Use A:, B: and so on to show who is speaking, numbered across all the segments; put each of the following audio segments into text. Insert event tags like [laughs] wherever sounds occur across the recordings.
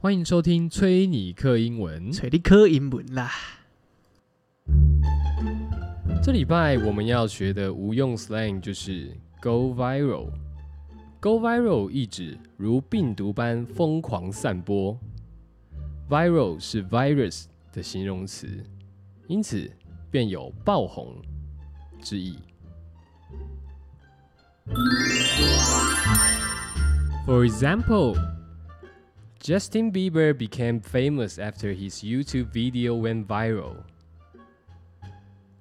A: 欢迎收听崔尼克英文。
B: 找你考英文啦。
A: 这礼拜我们要学的无用 slang 就是 go viral。go viral 意指如病毒般疯狂散播。viral 是 virus 的形容词，因此便有爆红之意。For example, Justin Bieber became famous after his YouTube video went viral.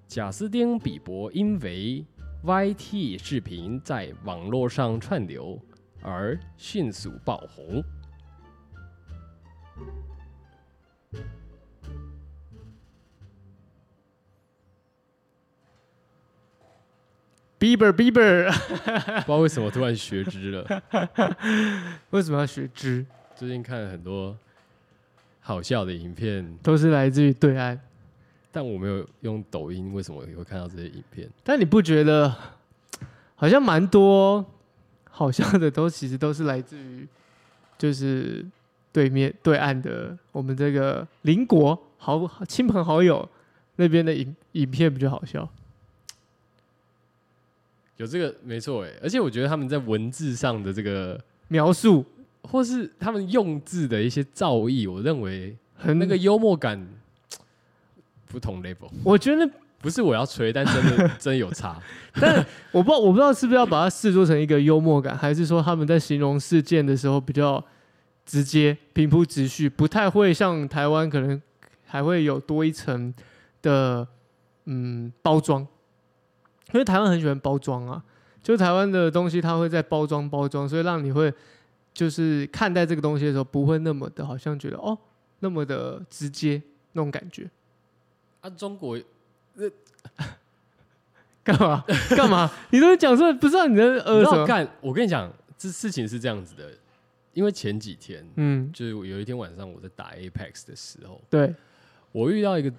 A: 贾斯汀·比伯因为 YT 视频在网络上串流而迅速爆红。
B: Bieber Bieber，
A: 不知道为什么突然学知了，
B: [laughs] 为什么要学知？
A: 最近看了很多好笑的影片，
B: 都是来自于对岸。
A: 但我没有用抖音，为什么也会看到这些影片？
B: 但你不觉得好像蛮多好笑的都其实都是来自于就是对面对岸的我们这个邻国好亲朋好友那边的影影片比较好笑。
A: 有这个没错哎，而且我觉得他们在文字上的这个，
B: 描述
A: 或是他们用字的一些造诣，我认为
B: 很
A: 那个，幽默感不同 level，
B: 我觉得
A: 不是我要吹，但真的真的有差。
B: 我不知道我不知道是不是要把它视作成一个幽默感，还是说他们在形容事件的时候比较直接、平铺直叙，不太会像台湾可能还会有多一层的嗯包装，因为台湾很喜欢包装啊，就台湾的东西它会在包装包装，所以让你会就是看待这个东西的时候不会那么的好像觉得哦那么的直接那种感觉，
A: 啊，中国
B: 干嘛干嘛？你都讲出来，不知道你的
A: 你
B: 呃
A: 知
B: 什
A: 道
B: 么？
A: 干，我跟你讲，这事情是这样子的，因为前几天
B: 嗯，
A: 就是我有一天晚上我在打 Apex 的时候，
B: 对。
A: 我遇到一个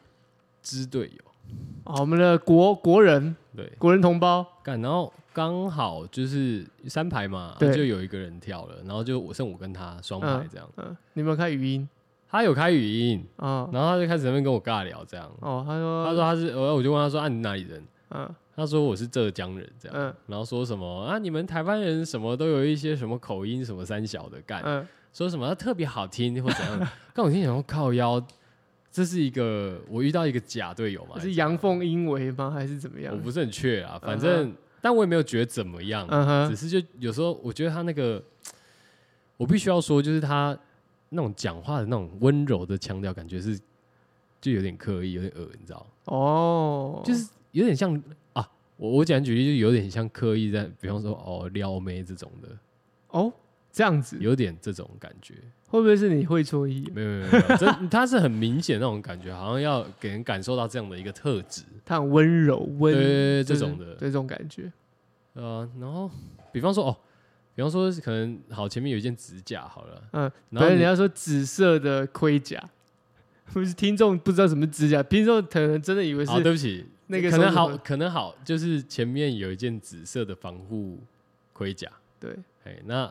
A: 支队友，
B: 啊，我们的国国人
A: 对，
B: 国人同胞，
A: 干，然后刚好就是三排嘛，
B: 对
A: 就有一个人跳了，然后就我剩我跟他双排这样，
B: 嗯、你有没有看语音
A: 他有开语音，
B: 啊？
A: 然后他就开始在那边跟我尬聊这样，
B: 哦，他说，
A: 他说，他是，我我就问他说啊你哪里人？
B: 嗯
A: 他说我是浙江人这样。
B: 嗯
A: 然后说什么啊？你们台湾人什么都有一些什么口音，什么三小的干，
B: 嗯，
A: 说什么、啊、特别好听或怎样。 [laughs] 刚我听想说靠腰，这是一个我遇到一个假队友嘛？
B: 是阳奉阴违吗？还是怎么样
A: 我？不是很确啊，反正、但我也没有觉得怎么样，
B: 嗯
A: 只
B: 哼，
A: 是就有时候我觉得他那个，我必须要说，就是他那种讲话的那种温柔的腔调，感觉是就有点刻意，有点恶，你知道？
B: 哦，
A: 就是有点像啊，我我讲举例，就有点像刻意在，比方说哦撩妹这种的，
B: 哦这样子，
A: 有点这种感觉。
B: 会不会是你会错意？
A: 没有没有，没有，这他是很明显那种感觉，好像要给人感受到这样的一个特质，
B: 他很温柔温，
A: 对对对
B: 就是
A: 这种的
B: 对这种感觉，
A: 呃，然后比方说哦，比方说可能好前面有一件指甲好了，
B: 嗯，
A: 然后
B: 不是
A: 你
B: 你要说紫色的盔甲， [laughs] 不是听众不知道什么指甲，听众可能真的以为是
A: 好对不起，
B: 那个
A: 可
B: 时候
A: 能
B: 是
A: 好
B: 什么
A: 可能好，就是前面有一件紫色的防护盔甲，
B: 对，
A: 哎，那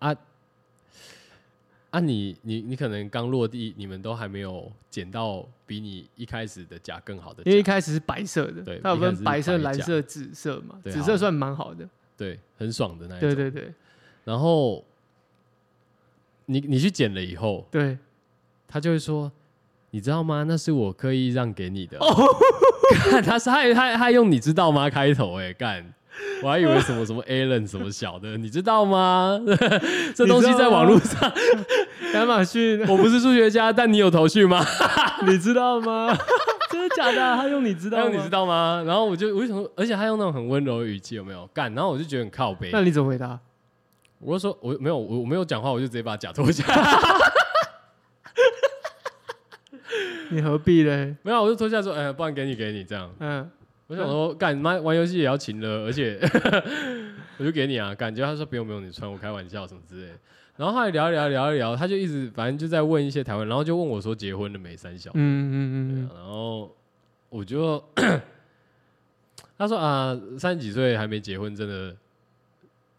A: 啊啊你，你你可能刚落地，你们都还没有捡到比你一开始的甲更好的
B: 因为一
A: 甲，
B: 开始是白色的，
A: 对
B: 它有
A: 一开始
B: 分
A: 是
B: 白色、
A: 白
B: 蓝
A: 甲
B: 色、紫色嘛，
A: 对
B: 紫
A: 好
B: 色算蛮好的，
A: 对，很爽的那一种。
B: 对对对
A: 然后你你去捡了以后，
B: 对，
A: 他就会说，你知道吗？那是我刻意让给你的。
B: 哦
A: 看， [laughs] 他是他他他用你知道吗开头、哎，干。我还以为什么什么 Alan 什么小的，你知道吗？ [laughs] 这东西在网络上，
B: [laughs] 亚马逊，
A: 我不是数学家，但你有头绪吗？
B: 你知道吗？ [laughs] 真的假的啊、他用你知道
A: 那
B: 吗？
A: 你知道吗？然后我就我就想说，而且他用那种很温柔的语气，有没有干？然后我就觉得很靠背
B: 那，你怎么回答？
A: 我就说我没有我我没有讲话，我就直接把假脱下，
B: 你何必嘞？
A: [laughs] 没有我就脱下说，哎、不然给你给你这样。
B: 嗯，
A: 我想说干妈玩游戏也要请了，而且 [laughs] 我就给你啊，感觉他说不用不用，你穿我开玩笑什么之类的。然后后来聊一聊聊一聊，他就一直反正就在问一些台湾，然后就问我说结婚了没三小
B: 嗯，嗯
A: 对
B: 嗯
A: 啊，然后我就 [coughs] 他说啊，三十几岁还没结婚，真的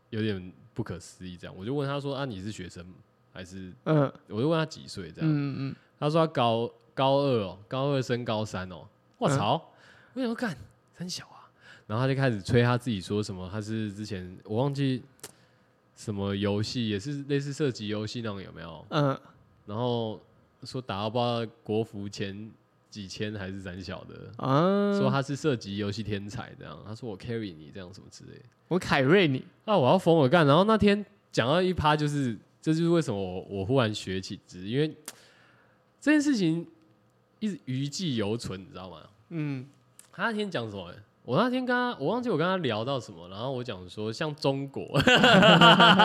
A: 有点不可思议。这样，我就问他说啊，你是学生吗？还是
B: 嗯
A: 我就问他几岁这样，
B: 嗯嗯，
A: 他说他高高二哦，高二升高三哦，我操！我想说干很小啊，然后他就开始吹他自己说什么，他是之前我忘记什么游戏，也是类似射击游戏那种有没有？
B: 嗯，
A: 然后说打到不知道国服前几千还是咱小的，
B: 啊，
A: 说他是射击游戏天才这样，他说我 carry 你这样什么之类的，
B: 我凯瑞你，
A: 啊，我要疯了干！然后那天讲到一趴，就是这就是为什么我我忽然学起只因为这件事情一直余悸犹存，你知道吗？
B: 嗯
A: 他那天讲什么？我那天跟他，我忘记我跟他聊到什么，然后我讲说像中国， [laughs]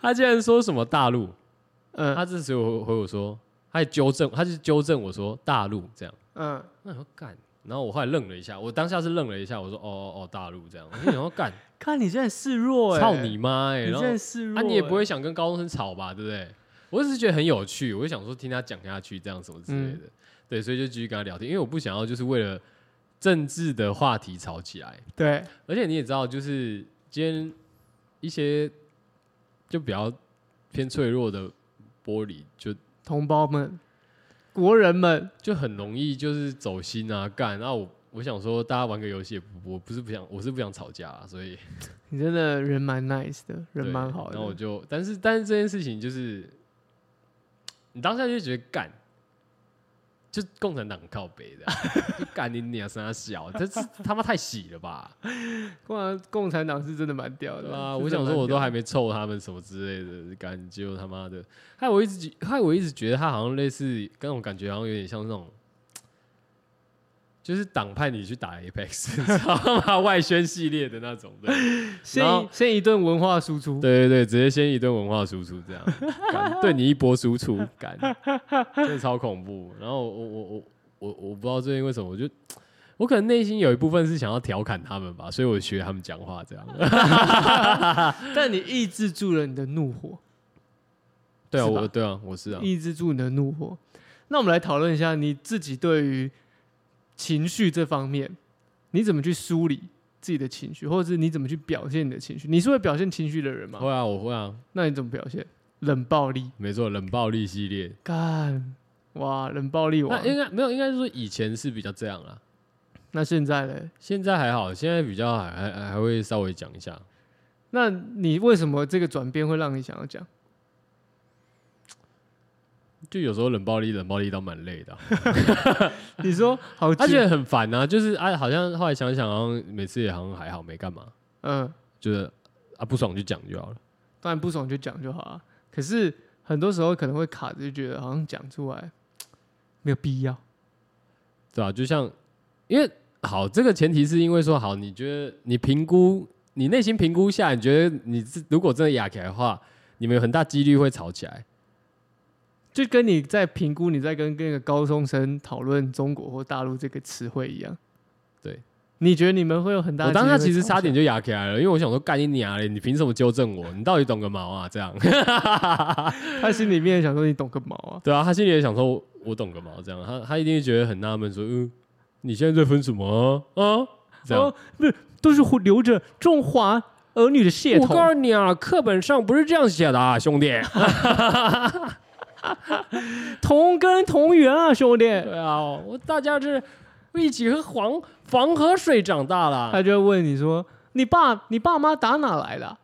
A: 他竟然说什么大陆，
B: 嗯
A: 他之所以回回我说，他也纠正，他就是纠正我说大陆这样。
B: 嗯，
A: 那我说干，然后我后来愣了一下，我当下是愣了一下，我说哦哦哦大陆这样，我就想说干，
B: 看你现在示弱哎，
A: 操你，妈哎、
B: 你
A: 然
B: 现
A: 后
B: 在示弱
A: 啊
B: 欸，
A: 你也不会想跟高中生吵吧，对不对？我只是觉得很有趣，我就想说听他讲下去这样什么之类的，对，所以就继续跟他聊天，因为我不想要就是为了政治的话题吵起来，
B: 对，
A: 而且你也知道，就是今天一些就比较偏脆弱的玻璃就
B: 同胞们，国人们，
A: 就很容易就是走心啊，干。那、我我想说，大家玩个游戏也不，我不是不想，我是不想吵架、啊，所以
B: 你真的人蛮 nice 的，人蛮好
A: 然后我
B: 的，
A: 就，但是但是这件事情就是，你当下就觉得干，就共产党靠北的，啊 [laughs] 就干你娘三小，这是他妈太洗了
B: [laughs]
A: 吧？
B: 共产共产党是真的蛮屌
A: 对
B: 的
A: 吧？
B: 是
A: 我
B: 真
A: 想
B: 的
A: 说，
B: 啊蛮
A: 我都
B: 屌
A: 还没臭他们什么之类的，感觉他妈的，害我一直觉害我一直觉得他好像类似，跟我感觉好像有点像那种，就是党派你去打 Apex，你 [laughs] 知道吗？外宣系列的那种的，
B: 先
A: 然后
B: 一先一顿文化输出，
A: 对对对，直接先一顿文化输出这样，干对你一波输出，干，真的超恐怖。然后我我我我我不知道最近为什么，我就我可能内心有一部分是想要调侃他们吧，所以我学他们讲话这样。 [laughs]
B: 但你抑制住了你的怒火，
A: 对啊，
B: 是吧
A: 我对啊，我是啊，
B: 抑制住你的怒火。那我们来讨论一下你自己对于情绪这方面，你怎么去梳理自己的情绪，或者是你怎么去表现你的情绪？你是会表现情绪的人吗？
A: 会啊，我会啊，
B: 那你怎么表现？冷暴力，
A: 没错，冷暴力系列。
B: 干，哇，冷暴力王
A: 那。应该没有，应该是说以前是比较这样啦，
B: 那现在嘞？
A: 现在还好，现在比较还还还还会稍微讲一下。
B: 那你为什么这个转变会让你想
A: [laughs]
B: 要讲？
A: 就有时候冷暴力，冷暴力倒蛮累
B: [laughs]
A: 的啊、
B: 你说好
A: 而
B: 贱，
A: 且很烦啊。就是啊，好像后来想想，好像每次也好像还好，没干嘛，
B: 嗯，
A: 就是啊不爽就讲就好了。
B: 当然不爽就讲就好啊。可是很多时候可能会卡着，就觉得好像讲出来没有必要。
A: 对啊，就像因为好，这个前提是因为说好，你觉得你评估，你内心评估下，你觉得你自如果真的哑起来的话，你们有很大几率会吵起来。
B: 就跟你在评估你在跟跟一个高中生讨论中国或大陆这个词汇一样。
A: 对，
B: 你觉得你们会有很大的
A: 我
B: 机会
A: 当
B: 吵架？
A: 下其实差点就哑起来了，因为我想说干你娘嘞，你凭什么纠正我？你到底懂个毛啊？这样， [laughs]
B: 他心里面想说你懂个毛啊！
A: 对啊，他心里也想说我我懂个毛这样，他他一定会觉得很纳闷说，嗯，你现在在分什么啊？啊 [laughs] 这样，
B: 哦，不是，都是留着中华儿女的血
A: 我
B: 统。
A: 告诉你啊，课本上不是这样写的啊，兄弟。
B: 同根同源啊，兄弟！
A: 对啊，我大家是一起和黄黄河水长大了。
B: 他就会问你说：“你爸你爸妈打哪来的啊、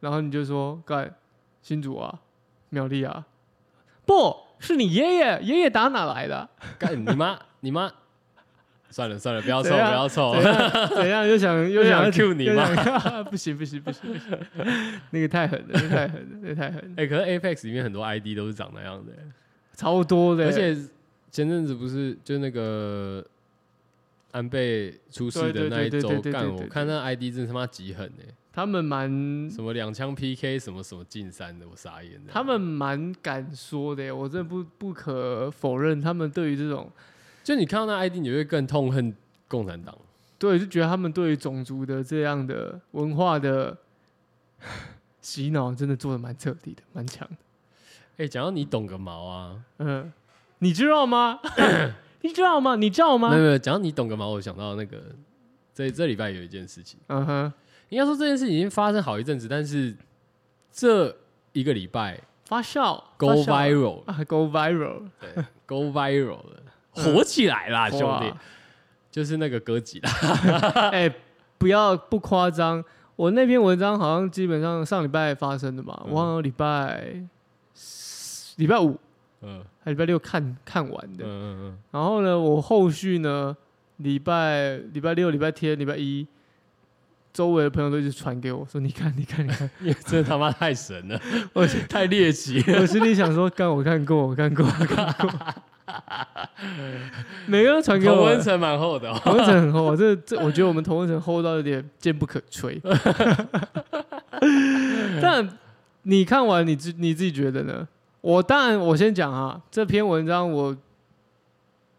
B: 然后你就说：“干新竹啊，苗栗啊，不是你爷爷爷爷打哪来的
A: 干你妈，你妈！算了算了，不要凑，不
B: 怎样
A: 要？”凑
B: 怎。样怎样
A: [laughs]
B: 又想又想
A: 哦又想 cue 你吗
B: 又想 [laughs] 啊不行不行不行不行， [laughs] 那个太狠了，那个太狠了， [laughs] 那个太狠了，
A: [laughs] 哎、可是 Apex 里面很多 ID 都是长那样的、
B: 超多的，欸
A: 而且前阵子不是就那个安倍出事的
B: 对对
A: 那一
B: 对
A: 周
B: 对，对
A: 干
B: 对
A: 我
B: 对
A: 看那 ID 真的他妈极狠哎、
B: 他们蛮
A: 什么两枪 PK 什么什么进三的，我傻眼了。
B: 他们蛮敢说的耶，欸我真的不不可否认，他们对于这种
A: 就你看到那 ID，你就会更痛恨共产党。
B: 对，就觉得他们对于种族的这样的文化的洗脑，真的做的蛮彻底的，蛮强的。
A: 哎、讲到你懂个毛啊！
B: 嗯，你知道吗？ [coughs] 你知道吗？你知道
A: 没有
B: 吗？
A: 没有，讲到你懂个毛，我想到那个这这礼拜有一件事情。
B: 嗯哼，
A: 应该说这件事已经发生好一阵子，但是这一个礼拜
B: 发酵
A: go viral，
B: 啊，go viral，
A: 对，go viral 了，
B: 嗯
A: 火起来啦，啊兄弟
B: 哇！
A: 就是那个哥吉拉，
B: 哎、不要不夸张，我那篇文章好像基本上上礼拜发生的嘛，我好像礼拜礼拜五
A: 嗯
B: 还礼拜六看看完
A: 嗯
B: 的。
A: 嗯
B: 然后呢，我后续呢，礼拜礼拜六、礼拜天、礼拜一，周围的朋友都一直传给我说：“你看，你看，你看。
A: 嗯，因为真的他妈太神了，
B: [laughs] 我
A: 太猎奇了。”
B: 我心里想说：“干，我看过，我看过，我看过。”每个人都传给
A: 同
B: 我，
A: 温层蛮厚的、哦，
B: 同温层很厚，啊这这，我觉得我们同温层厚到有点坚不可摧。 [laughs] 但你看完你自你自己觉得呢？我当然，我先讲啊，这篇文章我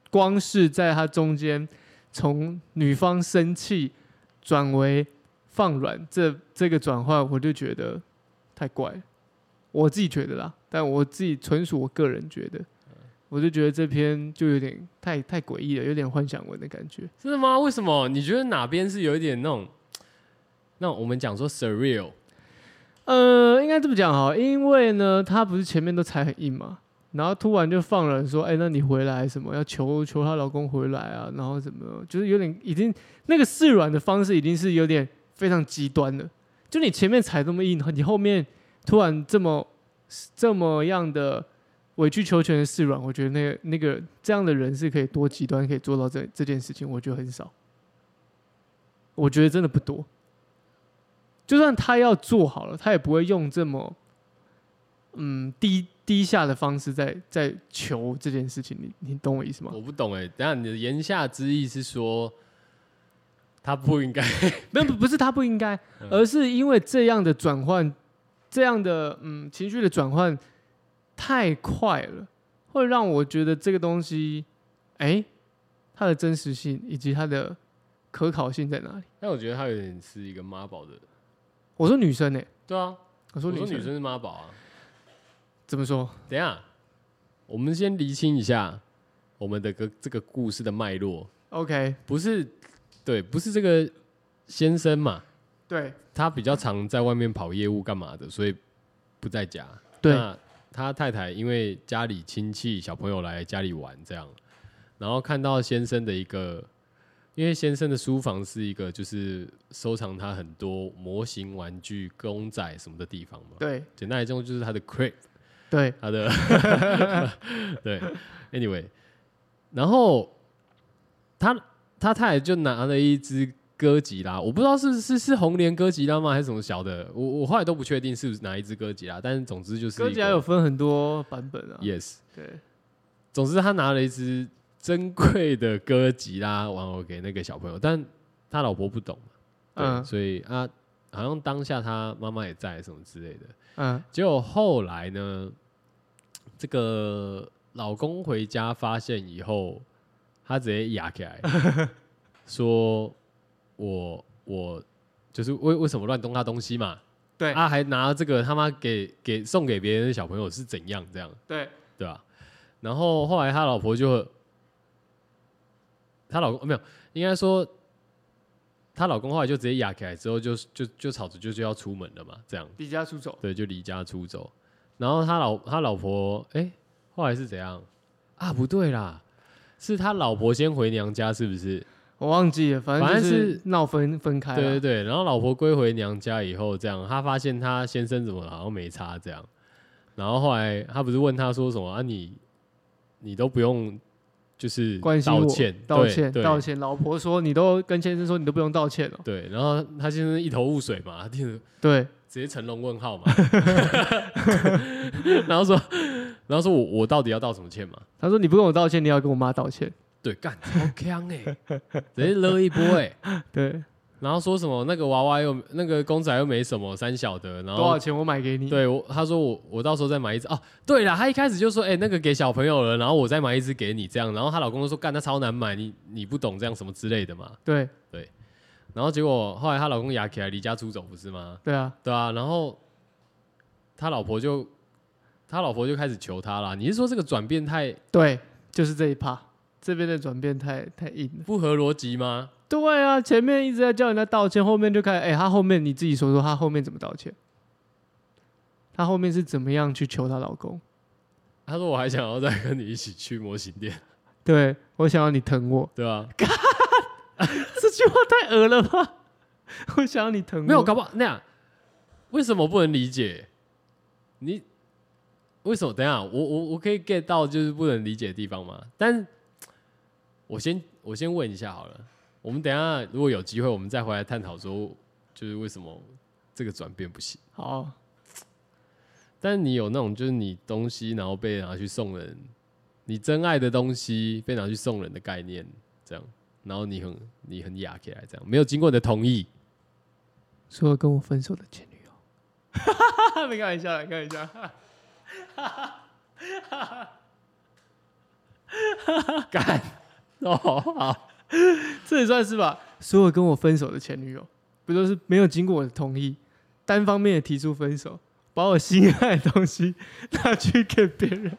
B: 光是在它中间从女方生气转为放软这这个转换，我就觉得太怪了，我自己觉得啦，但我自己纯属我个人觉得。我就觉得这篇就有点太太诡异了，有点幻想文的感觉。
A: 真的吗？为什么？你觉得哪边是有一点那种，那我们讲说 surreal，
B: 呃，应该这么讲哈，因为呢，他不是前面都踩很硬嘛，然后突然就放了说，哎、那你回来什么？要求求她老公回来啊，然后怎么，就是有点已经那个示软的方式已经是有点非常极端了。就你前面踩这么硬，你后面突然这么这么样的委曲求全的示软，我觉得那个那个这样的人是可以多极端，可以做到这这件事情，我觉得很少。我觉得真的不多。就算他要做好了，他也不会用这么嗯低低下的方式在在求这件事情。你你懂我意思吗？
A: 我不懂哎、等一下你的言下之意是说，他不应该，
B: 那不不是他不应该，
A: 嗯
B: 而是因为这样的转换，这样的嗯情绪的转换太快了，会让我觉得这个东西，哎、它的真实性以及它的可考性在哪里？
A: 但我觉得他有点是一个妈宝的。
B: 我说女生呢、
A: 对啊，
B: 我
A: 我
B: 说
A: 说
B: 女生
A: 女生是妈宝啊。
B: 怎么说？
A: 等一下，我们先厘清一下我们的个这个故事的脉络，
B: OK，
A: 不是对，不是这个先生嘛，
B: 对
A: 他比较常在外面跑业务干嘛的，所以不在家。
B: 对，
A: 那他太太因为家里亲戚小朋友来家里玩这样，然后看到先生的一个，因为先生的书房是一个就是收藏他很多模型、玩具、公仔什么的地方嘛。
B: 对
A: 简单来讲就是他的 crib，
B: 对，
A: 他的 [laughs] 对，anyway，然后他他太太就拿了一只哥吉拉，我不知道是是是红莲哥吉拉吗，还是什么小的，我我后来都不确定是不是哪一只哥吉拉，但是总之就是
B: 哥
A: 一
B: 吉拉
A: 个
B: 有分很多版本啊。
A: yes，
B: 对，
A: 总之他拿了一只珍贵的哥吉拉玩偶给那个小朋友，但他老婆不懂嘛，对，
B: 嗯
A: 所以啊，好像当下他妈妈也在什么之类的，
B: 嗯，
A: 结果后来呢，这个老公回家发现以后，他直接哑起来，说我我就是为为什么乱动他东西嘛？
B: 对
A: 啊，还拿这个他妈给给送给别人的小朋友是怎样这样？
B: 对，
A: 对吧、然后后来他老婆就，他老公、呃没有，应该说，他老公后来就直接哑起来之后就，就就吵着就是要出门了嘛，这样
B: 离家出走。
A: 对，就离家出走。然后他老他老婆哎，后来是怎样啊？不对啦，是他老婆先回娘家，是不是？
B: 我忘记了，反正
A: 反
B: 就
A: 正
B: 是
A: 是
B: 闹分分开啊
A: 对对
B: 了。
A: 对，然后老婆归回娘家以后，这样他发现他先生怎么好像没差这样，然后后来他不是问他说什么啊你你都不用就是
B: 关心我
A: 道歉
B: 道歉，
A: 对
B: 道歉。老婆说你都跟先生说你都不用道歉了。
A: 对对，然后他先生一头雾水嘛，他听着
B: 对
A: 直接成龙问号
B: [laughs]
A: 嘛， [laughs] 然后说然后说我我到底要道什么歉嘛？
B: 他说你不跟我道歉，你要跟我妈道歉。
A: 对，干超强哎、 [laughs] 直接勒一波哎、
B: 对，
A: 然后说什么那个娃娃又那个公仔又没什么三小的，然
B: 多少
A: 后
B: 钱我买给你？
A: 哦对我他说我我到时候再买一只哦，对了，他一开始就说哎、那个给小朋友了，然后我再买一只给你这样，然后她老公就说干那超难买，你你不懂这样什么之类的嘛，
B: 对
A: 然后结果后来她老公牙起来离家出走不是吗？
B: 对啊，
A: 对啊，然后他老婆就他老婆就开始求他啦，你是说这个转变太
B: 对，就是这一趴，这边的转变太太硬了。
A: 不合逻辑吗？
B: 对啊，前面一直在叫人家道歉，后面就开始哎，他后面你自己说说他后面怎么道歉？她后面是怎么样去求她老公？
A: 她说我还想要再跟你一起去模型店，
B: 对我想要你疼我， [laughs]
A: 对啊吧、
B: 这句话太恶了吧？ [laughs] 我想要你疼我，
A: 没有，搞不好那样，为什么不能理解？你为什么？等一下，我我我可以 get 到就是不能理解的地方嘛。但我先我先问一下好了，我们等一下如果有机会，我们再回来探讨说，就是为什么这个转变不行。
B: 好，
A: 但你有那种就是你东西然后被拿去送人，你真爱的东西被拿去送人的概念，这样，然后你很你很哑起来，这样没有经过你的同意，
B: 说要跟我分手的前女友， [laughs] 没开玩笑啦，开玩笑。 [laughs]
A: 干哦好，
B: 这也算是吧。所有跟我分手的前女友，不都是没有经过我的同意，单方面的提出分手，把我心爱的东西 [laughs] 拿去给别人？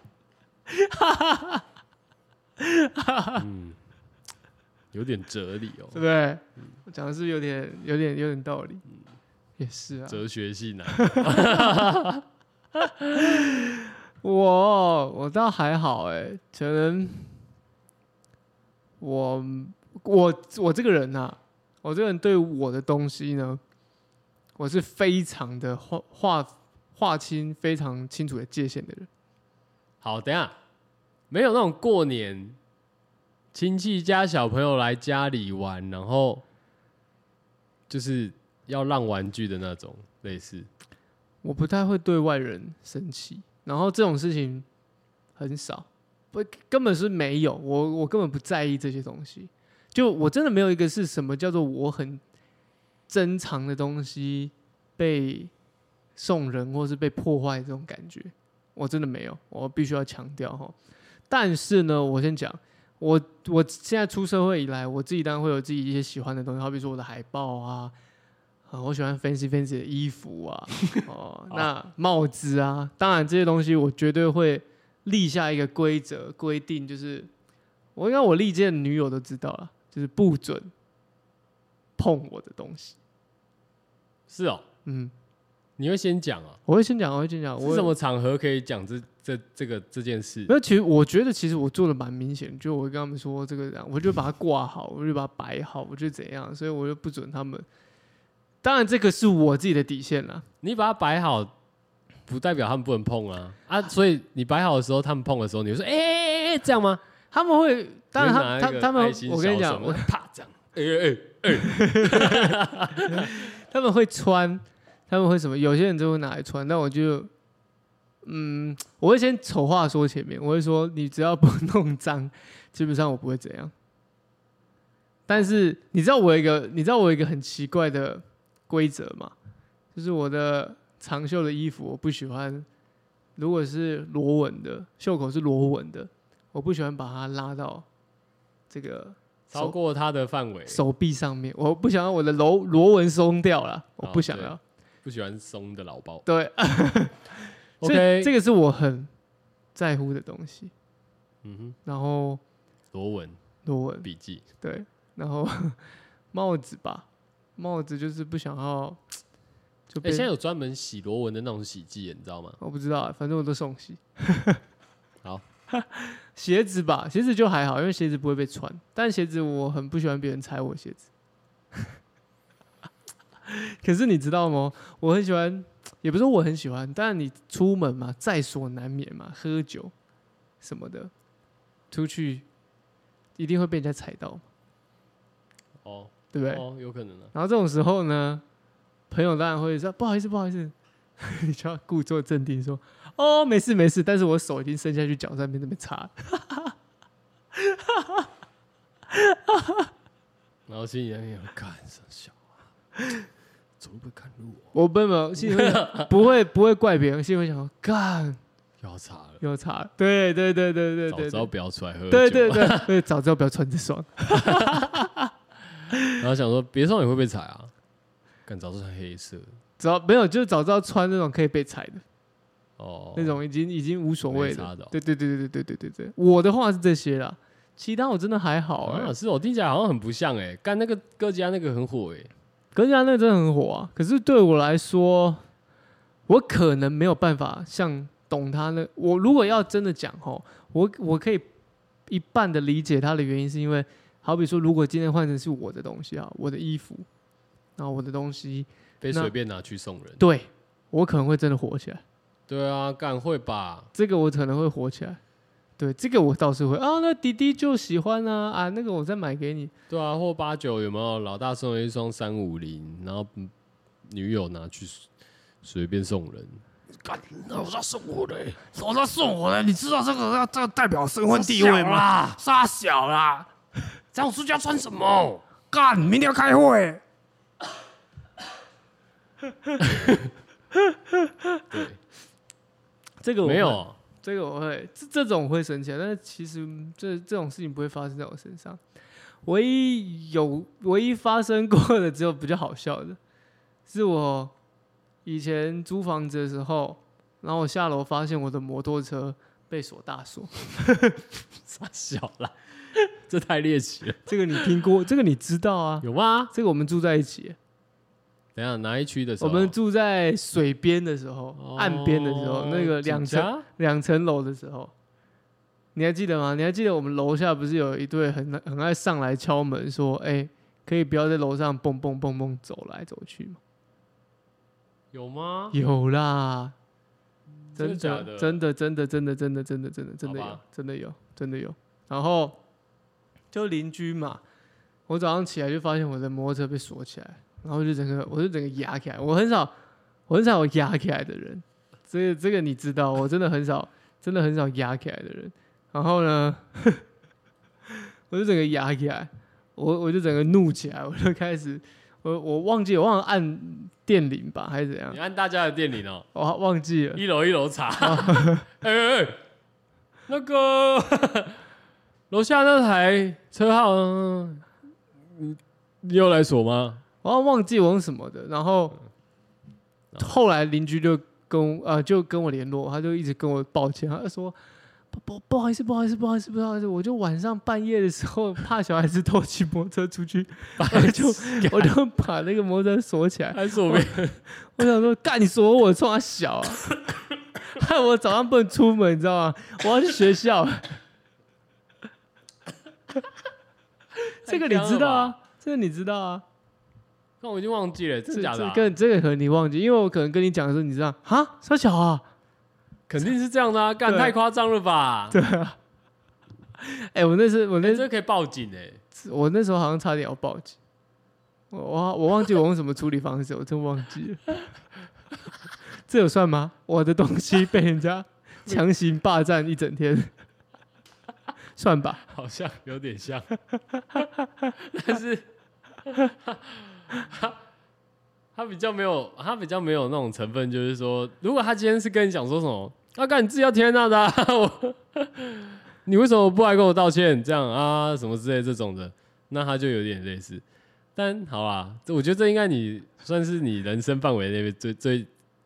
A: 嗯，有点哲理哦
B: 对不，对？嗯我嗯讲的是不是有点、有点、有点道理。也是啊，
A: 哲学系男， [laughs]
B: 我我倒还好哎、可能我我我这个人呐、啊，我这个人对我的东西呢，我是非常的划划划清非常清楚的界限的人。
A: 好，等一下没有那种过年亲戚家小朋友来家里玩，然后就是要让玩具的那种，类似
B: 我不太会对外人生气，然后这种事情很少，不根本是没有，我我根本不在意这些东西，就我真的没有一个是什么叫做我很珍藏的东西被送人或是被破坏这种感觉，我真的没有，我必须要强调哈。但是呢，我先讲，我我现在出社会以来，我自己当然会有自己一些喜欢的东西，好比说我的海报啊，啊，我喜欢 fancy fancy 的衣服啊，哦，那帽子啊，当然这些东西我绝对会立下一个规则规定，就是我应该我历届的女友都知道了，就是不准碰我的东西。
A: 是哦，
B: 嗯，
A: 你会先讲啊？
B: 我会先讲，我会先讲，我
A: 是什么场合可以讲这这这个这件事？
B: 那其实我觉得，其实我做的蛮明显，就我会跟他们说这个这样，我就把它挂好，我就把它摆好，我就怎样，所以我就不准他们。当然，这个是我自己的底线啦。
A: 你把它摆好，不代表他们不能碰啊
B: [laughs]
A: 啊！所以你摆好的时候，他们碰的时候，你就说：“哎哎哎哎，这样吗
B: 他们会，？”当然
A: 你
B: 他
A: 会拿一
B: 他
A: 个
B: 他
A: 爱
B: 们
A: 心，
B: 我跟你
A: 小
B: 讲，
A: 手
B: 我
A: 啪这样，哎哎哎，
B: [laughs] 他们会穿，他们会什么？有些人就会拿来穿，但我就，嗯，我会先丑话说前面，我会说你只要不弄脏，基本上我不会怎样。但是你知道我有一个，你知道我有一个很奇怪的规则吗？就是我的长袖的衣服，我不喜欢，如果是螺纹的，袖口是螺纹的，我不喜欢把它拉到这个
A: 超
B: 手
A: 过他的范围，
B: 手臂上面，我不想要我的螺螺纹松掉了，我
A: 哦
B: 不想
A: 对
B: 要。
A: 不喜欢松的老包。
B: 对所以
A: OK，
B: 这个是我很在乎的东西。
A: 嗯哼，
B: 然后
A: 罗文
B: 螺纹，
A: 笔记，
B: 对，然后 [laughs] 帽子吧，帽子就是不想要就
A: 哎、
B: 被、
A: 现在有专门洗罗文的那种洗剂，你知道吗？
B: 我不知道啊，反正我都送洗。
A: [laughs] 好，
B: [laughs] 鞋子吧，鞋子就还好，因为鞋子不会被穿。但鞋子我很不喜欢别人踩我鞋子。 [laughs] 可是你知道吗？我很喜欢，也不是我很喜欢，但你出门嘛，在所难免嘛，喝酒什么的，出去一定会被人家踩到嘛，
A: 哦，
B: 对不对？
A: 哦，有可能啊。
B: 然后这种时候呢，朋友当然会说不好意思，不好意思， [laughs] 你就要故作镇定说哦，没事没事，但是我手已经伸下去，脚上面那边擦了。
A: 然后心里面想哎干什么小啊？怎么会看路哦？
B: [laughs] 我不没有，心里会想 [laughs] 不会不会怪别人，心里会想说干
A: 又要查了，
B: 又擦了。对对对对对
A: 早
B: 对
A: 知道不要出来喝酒。
B: 对对对对对，早知道不要穿这双。
A: 然后想说，别上也会被踩啊。干早知道穿黑色的
B: 只要没有，就是早知道穿那种可以被踩的
A: 哦，
B: 那种，已经已经无所谓
A: 没差
B: 了
A: 的哦。
B: 对对对对对对对对，我的话是这些啦，其他我真的还好哎、
A: 啊，是我听起来好像很不像哎、干那个哥吉拉那个很火哎、
B: 格家那个真的很火啊，可是对我来说，我可能没有办法像懂他那，我如果要真的讲吼，我我可以一半的理解他的原因，是因为好比说，如果今天换成是我的东西啊，我的衣服，然后我的东西，
A: 被
B: 那
A: 随便拿去送人。
B: 对我可能会真的火起来，
A: 对啊，干会吧？
B: 这个我可能会火起来。对，这个我倒是会啊，那弟弟就喜欢啊啊，那个我再买给你，
A: 对啊，或八九有没有？老大送了一双三五零，然后嗯女友拿去随便送人。
C: 老大送我的、老大送我的，你知道这个要这个代表身份地位吗？杀小啦，这样我出去要穿什么？干，明天要开会。
A: 对，
B: 这个我会
A: 没
B: [laughs]
A: 有，
B: 这个我会，这这种会生气啊，但是其实嗯这这种事情不会发生在我身上。唯一有唯一发生过的只有比较好笑的，是我以前租房子的时候，然后我下楼发现我的摩托车被锁大锁。
A: 傻小啦， [laughs] 这太猎奇了，
B: 这个你听过，这个你知道啊？
A: 有吗？
B: 这个我们住在一起，
A: 等一下哪一区的时
B: 我
A: 候？
B: 们住在水边的时候，
A: 哦
B: 岸边的时候，那个两层
A: 警察
B: 两层楼的时候，你还记得吗？你还记得我们楼下不是有一对很很爱上来敲门说，哎、可以不要在楼上蹦蹦蹦蹦走来走去吗？
A: 有吗？
B: 有啦，
A: 真的
B: 真
A: 假
B: 的
A: 的
B: 真的真的真的真的真的真的真的
A: 好
B: 有
A: 吧
B: 真的有真的有。然后就邻居嘛，我早上起来就发现我的摩托车被锁起来，然后就整个我就整个压起来。我很少我很少有压起来的人，这个这个你知道，我真的很少 [laughs] 真的很少压起来的人。然后呢， [laughs] 我就整个压起来，我我就整个怒起来，我就开始。我我忘记我忘了按电铃吧，还是怎样
A: 你？按大家的店里哦，
B: 我忘记了。
A: 一楼一楼查。
B: 哦
A: [laughs] 哎哎哎，那个楼下那台车号，嗯，你又来锁吗？
B: 我好像忘记我用什么的，然后后来邻居就跟我呃就跟我联络，他就一直跟我抱歉，他就说不不不好意思不好意思不好意思不好意思，我就晚上半夜的时候怕小孩子偷骑摩托车出去，我 [laughs] 就我就把那个摩托车锁起来。
A: 还锁没？
B: 我想说干你锁我冲他小啊，害我早上不能出门，你知道吗？我要去学校。这个你知道啊，这个你知道啊。
A: 那我已经忘记了，真
B: 这
A: 的假的
B: 这
A: 啊？
B: 跟这个可能你忘记，因为我可能跟你讲的时候，你这样啊，小小啊，
A: 肯定是这样的啊！干
B: 对
A: 太夸张了吧？
B: 对啊，哎、我那时我那、
A: 哎这可以报警哎！
B: 我那时候好像差点要报警，我我我忘记我用什么处理方式，我真忘记了。这有算吗？我的东
A: [laughs]
B: 西被人家强行霸占一整天，算吧。
A: 好像有点像，但是 [laughs] 他他比较没有，他比较没有那种成分，就是说，如果他今天是跟你讲说什么，啊，干你自己要贴那 [laughs] 的、啊，我你为什么不来跟我道歉？这样啊，什么之类这种的，那他就有点类似。但好啦，这我觉得这应该你算是你人生范围内最最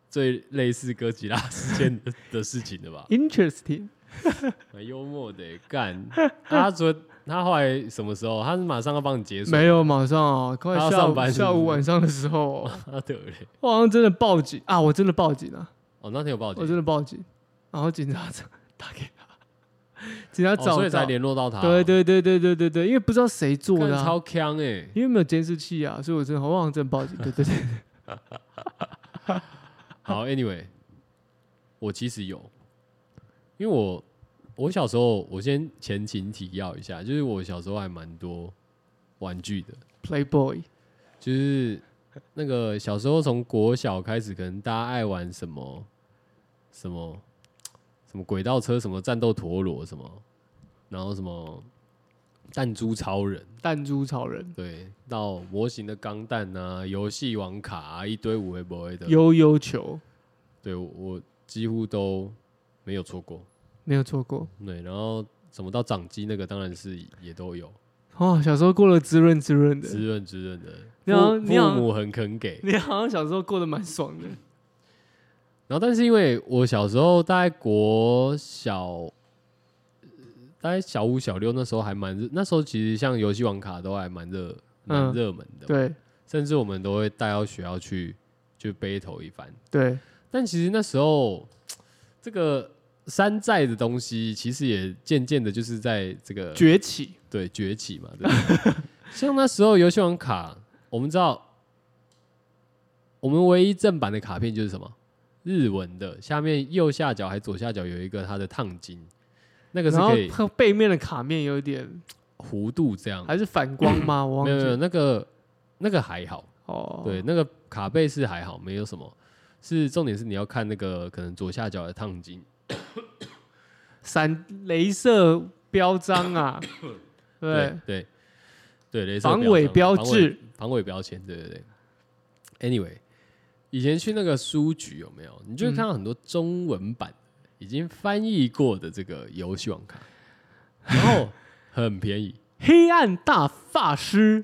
A: 最类似哥吉拉事件的的事情了吧？
B: Interesting，
A: 蛮幽默的欸，干他昨他后来什么时候？他是马上要帮你结束，
B: 没有马上哦，快
A: 他要
B: 下
A: 上
B: 午
A: 班是不是
B: 下午晚上的时候哦、
A: 他的嘞。
B: 我好像真的报警啊，我真的报警了、
A: 哦，那天有报警
B: 我，真的报警，然后警察 [laughs] 打给他，警察
A: 哦
B: 找
A: 所以
B: 到，
A: 才联络到他。
B: 对对对对对对对，因为不知道谁做
A: 干，
B: 的、啊，
A: 超强哎，
B: 因为没有监视器啊，所以我真的好像真的报警，对对对，
A: 好，Anyway，我其实有，因为我我小时候，我先前情提要一下，就是我小时候还蛮多玩具的，
B: Playboy
A: 就是那个小时候从国小开始，可能大家爱玩什么什么什么轨道车，什么战斗陀螺，什么，然后什么弹珠超人，
B: 弹珠超人、
A: 对，到模型的钢弹啊，游戏王卡啊，一堆五 A 不 A 的，
B: 悠悠球
A: 对我我几乎都没有错过。
B: 没有错过
A: 对，然后什么到掌机那个，当然是也都有，
B: 哦，小时候过得滋润滋润的，
A: 滋润滋润的。
B: 你好
A: 父
B: 你好
A: 父母很肯给，
B: 你好像小时候过得蛮爽的，
A: 然后，但是因为我小时候大概国小，呃大概小五、小六那时候还蛮热，那时候其实像游戏王卡都还蛮热、蛮
B: 嗯
A: 热门的，
B: 对
A: 甚至我们都会带到学校去去 battle 一番。
B: 对，
A: 但其实那时候这个山寨的东西，其实也渐渐的就是在这个
B: 崛起，
A: 对崛起嘛。对不对 [laughs] 像那时候游戏王卡，我们知道，我们唯一正版的卡片就是什么日文的，下面右下角还左下角有一个它的烫金，那个是
B: 然后
A: 可以
B: 它背面的卡面有点
A: 弧度这样，
B: 还是反光吗？我忘
A: 没
B: 记
A: 有没有
B: 了
A: 那个那个还好。
B: 哦，
A: 对，，那个卡背是还好，没有什么。是重点是你要看那个可能左下角的烫金，
B: 闪镭射标章啊，对
A: 对，对对，镭射
B: 防伪标
A: 章防伪
B: 志，
A: 防伪标签，对对对。Anyway，以前去那个书局有没有？你就会看到很多中文版、已经翻译过的这个游戏网
B: [laughs]
A: 卡，然后很便宜
B: 黑暗大法师，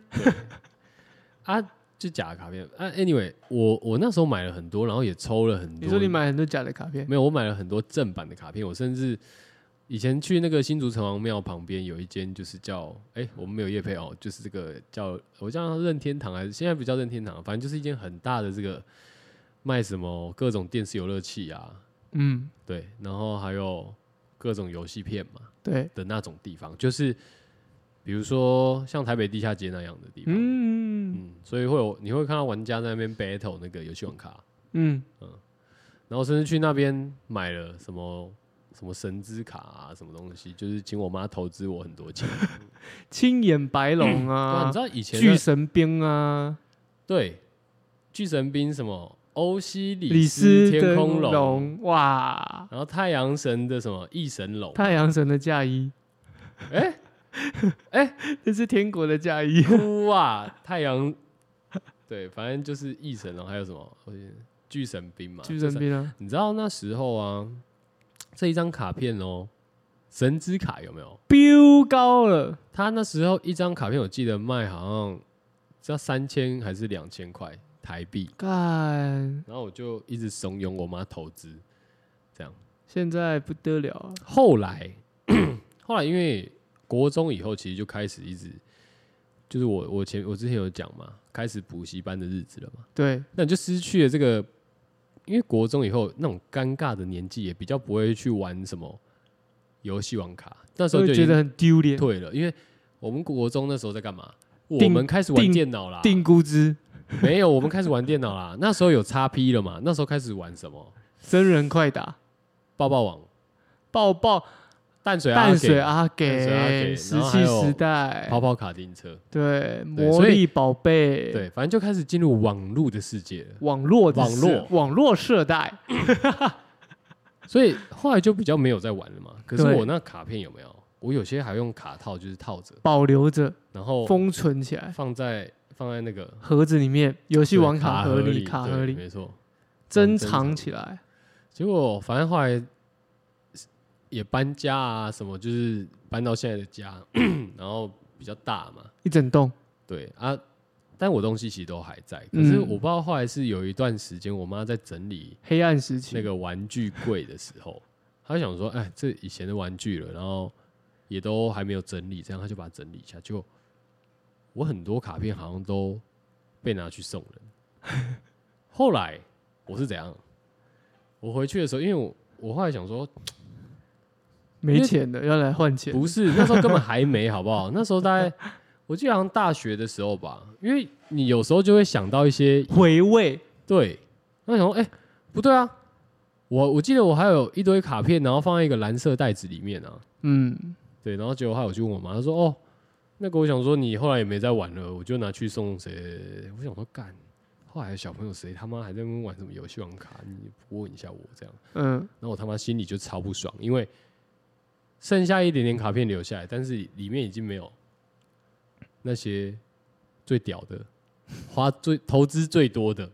A: 啊，就假的卡片啊。Anyway，我我那时候买了很多，然后也抽了很多。
B: 你说你买很多假的卡片，
A: 没有，我买了很多正版的卡片，我甚至以前去那个新竹城隍庙旁边有一间，就是叫哎、我们没有夜配哦，就是这个叫我叫它任天堂还是现在不叫任天堂，反正就是一间很大的这个卖什么各种电视游乐器啊，
B: 嗯，
A: 对，然后还有各种游戏片嘛
B: 对，
A: 的那种地方，就是比如说像台北地下街那样的地方，嗯
B: 嗯
A: 所以会有你会看到玩家在那边 battle 那个游戏网卡，
B: 嗯，
A: 然后甚至去那边买了什么什么神之卡啊，什么东西，就是请我妈投资我很多钱。
B: 青眼白龙
A: 对啊，
B: 啊
A: 你知，道以前的
B: 巨神兵啊，
A: 对巨神兵什么欧西里
B: 李斯
A: 斯
B: 灯
A: 天空龙，
B: 龙，哇，
A: 然后太阳神的什么翼神龙，
B: 太阳神的嫁衣， [laughs]
A: 哎
B: 这是天国的嫁 [laughs] 衣，
A: 哭啊太阳，对，反正就是翼神龙，还有什么我记得巨神兵嘛，
B: 巨神
A: 就是。
B: 兵啊，
A: 你知道那时候啊，这一张卡片哦，神之卡有没有？
B: 飙高了，
A: 他那时候一张卡片，我记得卖好像只要三千还是两千块台币，
B: 干，
A: 然后我就一直怂恿我妈投资，这样。
B: 现在不得了啊，
A: 后来， [clears throat] 后来因为国中以后，其实就开始一直，就是我我前我之前有讲嘛，开始补习班的日子了嘛，
B: 对，
A: 那你就失去了这个，因为国中以后那种尴尬的年纪，也比较不会去玩什么游戏网卡，那时候
B: 我
A: 就
B: 就
A: 已经
B: 觉得很丢脸，
A: 退了，因为我们国中那时候在干嘛？我
B: 订
A: 们开始玩
B: 订
A: 电脑啦，
B: 定估值， [laughs]
A: 没有，我们开始玩电脑啦。那时候有 x P 了嘛？那时候开始玩什么？
B: 真人快打，
A: 抱抱网、
B: 抱抱。
A: 淡水、
B: 淡水
A: 啊、
B: 阿
A: 淡水阿
B: 给
A: 给
B: 石
A: 然后还
B: 器
A: 有
B: 时代，
A: 跑跑卡丁车，
B: 对，魔
A: 所以
B: 力宝贝，
A: 对，反正就开始进入网络的世界了。
B: 网络的
A: 网
B: 世
A: 络
B: 网络世代，
A: 所以后来就比较没有在玩了嘛。可是
B: 对
A: 我那卡片有没有？我有些还用卡套，就是套着，
B: 保留着
A: 然后
B: 封存起来，
A: 放在放在那个
B: 盒子里面，游戏王
A: 对
B: 卡
A: 盒
B: 盒里，卡
A: 对
B: 盒里
A: 没错。珍
B: 珍
A: 藏
B: 藏起来，
A: 结果反正后来也搬家啊，什么就是搬到现在的家， [clears throat] 然后比较大嘛。
B: 一整栋，
A: 对啊，但我东西其实都还在，可是
B: 嗯
A: 我不知道后来是有一段时间，我妈在整理
B: 黑暗时期，
A: 那个玩具柜的时候，她想说，哎，这以前的玩具了，然后也都还没有整理，这样她就把它整理一下。就我很多卡片好像都被拿去送人。后来我是怎样？我回去的时候，因为我我后来想说，
B: 没
A: 因为
B: 钱的要来换钱，
A: 不是，那时候根本还没，好不好？那时候大概我记得好像大学的时候吧，因为你有时候就会想到一些
B: 回味，
A: 对，那想说，哎、不对啊，我我记得我还有一堆卡片，然后放在一个蓝色袋子里面啊，
B: 嗯，
A: 对，然后结果后来我去问我妈，她说，哦，那个我想说你后来也没在玩了，我就拿去送谁谁谁，谁我想说干。后来小朋友谁他妈还在那边玩什么游戏王卡？你不问一下我这样，
B: 嗯，
A: 然后我他妈心里就超不爽，因为剩下一点点卡片留下来，但是里面已经没有那些最屌的、花最投资最多的。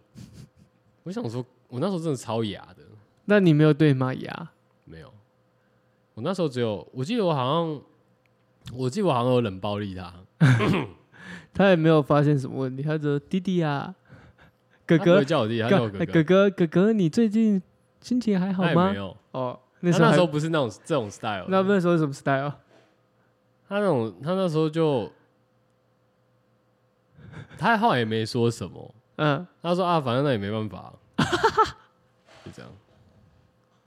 A: 我想说，我那时候真的超哑的，
B: 那你没有对玛雅，
A: 没有。我那时候只有，我记得我好像，我记得我好像有冷暴力他，
B: 他也没有发现什么问题，他说弟弟啊，
A: [laughs]
B: 哥
A: 他不
B: 哥
A: 会，叫我弟弟，他叫我
B: 哥哎
A: 哥
B: 哥
A: 哥，
B: 哥哥哥，你最近心情还好
A: 他也
B: 吗
A: 没？有。
B: 哦，
A: 他
B: 那时候
A: 那
B: 还
A: 时候不是那种这种 style，的
B: 那那时哦候是什么 style？
A: 他那种他那时候就，他后来也没说什么，
B: 嗯，
A: [laughs] 他说啊，反正那也没办法、就这样。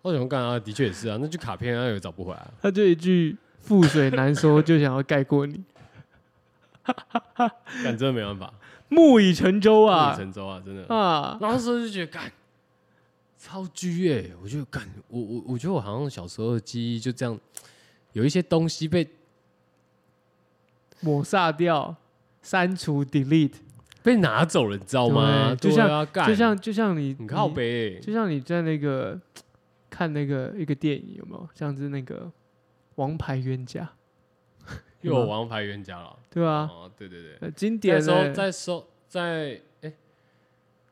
A: 我想干啊，的确也是啊，那就卡片啊，也找不回来啊、
B: 他就一句“覆水难收”，就想要盖过你，
A: 干真的没办法，
B: 木已成舟
A: 木已
B: 啊
A: 成舟啊，真的。
B: 啊！
A: 然后那时候就觉得干超巨哎、我就干我我我觉得我好像小时候的记忆就这样，有一些东西被
B: 抹杀掉，删除，delete，
A: 被拿走了，你知道吗？
B: 对就
A: 对啊干
B: 就像就像你
A: 很靠，
B: 你
A: 北、欸，
B: 就像你在那个看那个一个电影有没有？像是那个《王牌冤家》，
A: 又有王牌冤家了
B: 对吧？
A: 哦，对对对，
B: 呃经
A: 那
B: 典
A: 时候
B: 的，
A: 在收在哎、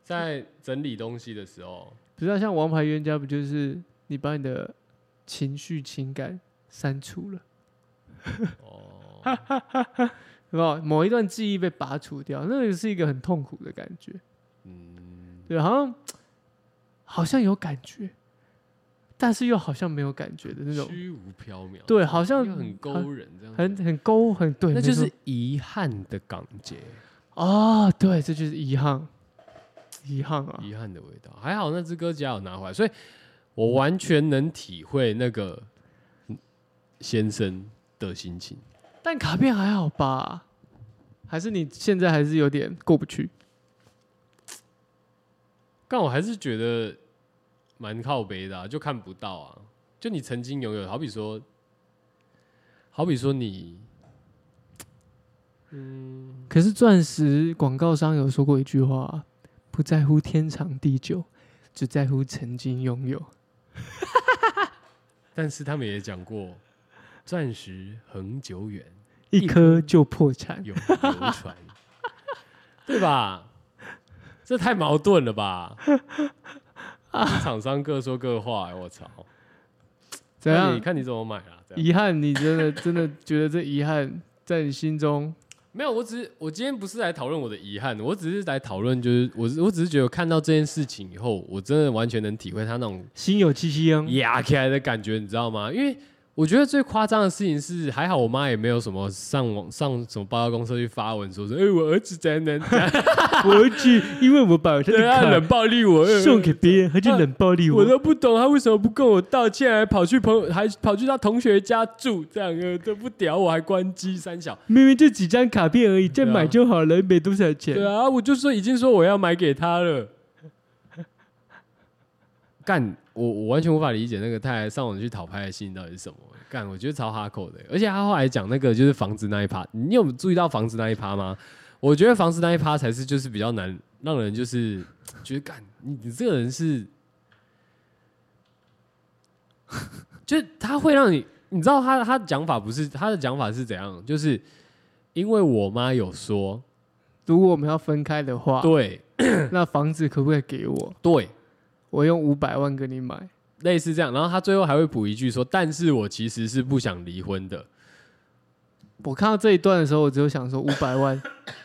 A: 在整理东西的时候，
B: 不是啊像《王牌冤家》，不就是你把你的情绪情感删除了，
A: 哦，
B: 对吧？某一段记忆被拔除掉，那个是一个很痛苦的感觉。
A: 嗯，
B: 对，好像好像有感觉，但是又好像没有感觉的那种，
A: 虚无缥缈，
B: 对，好像
A: 又很勾人这样子，
B: 很很勾，很对，
A: 那就
B: 没
A: 是
B: 错
A: 遗憾的港姐，
B: 啊、对，这就是遗憾，遗憾啊，
A: 遗憾的味道。还好那支歌只有拿回来，所以我完全能体会那个先生的心情。
B: 但卡片还好吧？还是你现在还是有点过不去，
A: 但我还是觉得蛮靠背的、啊，就看不到啊。就你曾经拥有，好比说，好比说你，嗯，
B: 可是钻石广告商有说过一句话啊、不在乎天长地久，只在乎曾经拥有。
A: 但是他们也讲过，钻石恒久远，
B: 一颗就破产，
A: 永流
B: [laughs]
A: 传，对吧？这太矛盾了吧？厂商各说各话、欸，我操！
B: 怎
A: 那
B: 样
A: 你？看你怎么买啦、这样
B: 遗憾，你真的真的觉得这遗憾在你心中
A: 没有，我只是我今天不是来讨论我的遗憾，我只是来讨论，就是我是我只是觉得看到这件事情以后，我真的完全能体会他那种
B: 心有戚戚焉。
A: 压起来的感觉，你知道吗？因为我觉得最夸张的事情是，还好我妈也没有什么上网上什么报告公社去发文说说，哎、我儿子宅男，
B: [laughs] 我儿子因为我把他
A: 对啊，冷暴力我，呃
B: 送给别人，他就冷暴力
A: 我
B: 我。
A: 都不懂他为什么不跟我道歉，还跑去朋友，还跑去他同学家住，这样呃都不屌我，还关机三小。
B: 明明就几张卡片而已，再
A: 对啊
B: 买就好了，没多少
A: 对
B: 钱。
A: 啊，我就说已经说我要买给他了。 [laughs] 干，我我完全无法理解那个他还上网去讨拍的心到底是什么。干，我觉得超哈口的，欸而且他后来讲那个就是房子那一趴，你有注意到房子那一趴吗？我觉得房子那一趴才是就是比较难让人就是觉得干你你这个人是， [laughs] 就是他会让你你知道他他的讲法不是他的讲法是怎样，就是因为我妈有说，
B: 如果我们要分开的话，
A: 对，
B: 那房子可不可以给我？
A: 对，
B: 我用五百万给你买。
A: 类似这样。然后他最后还会补一句说：“但是我其实是不想离婚的。
B: 我看到这一段的时候，我只有想说，五百
A: [laughs]
B: 万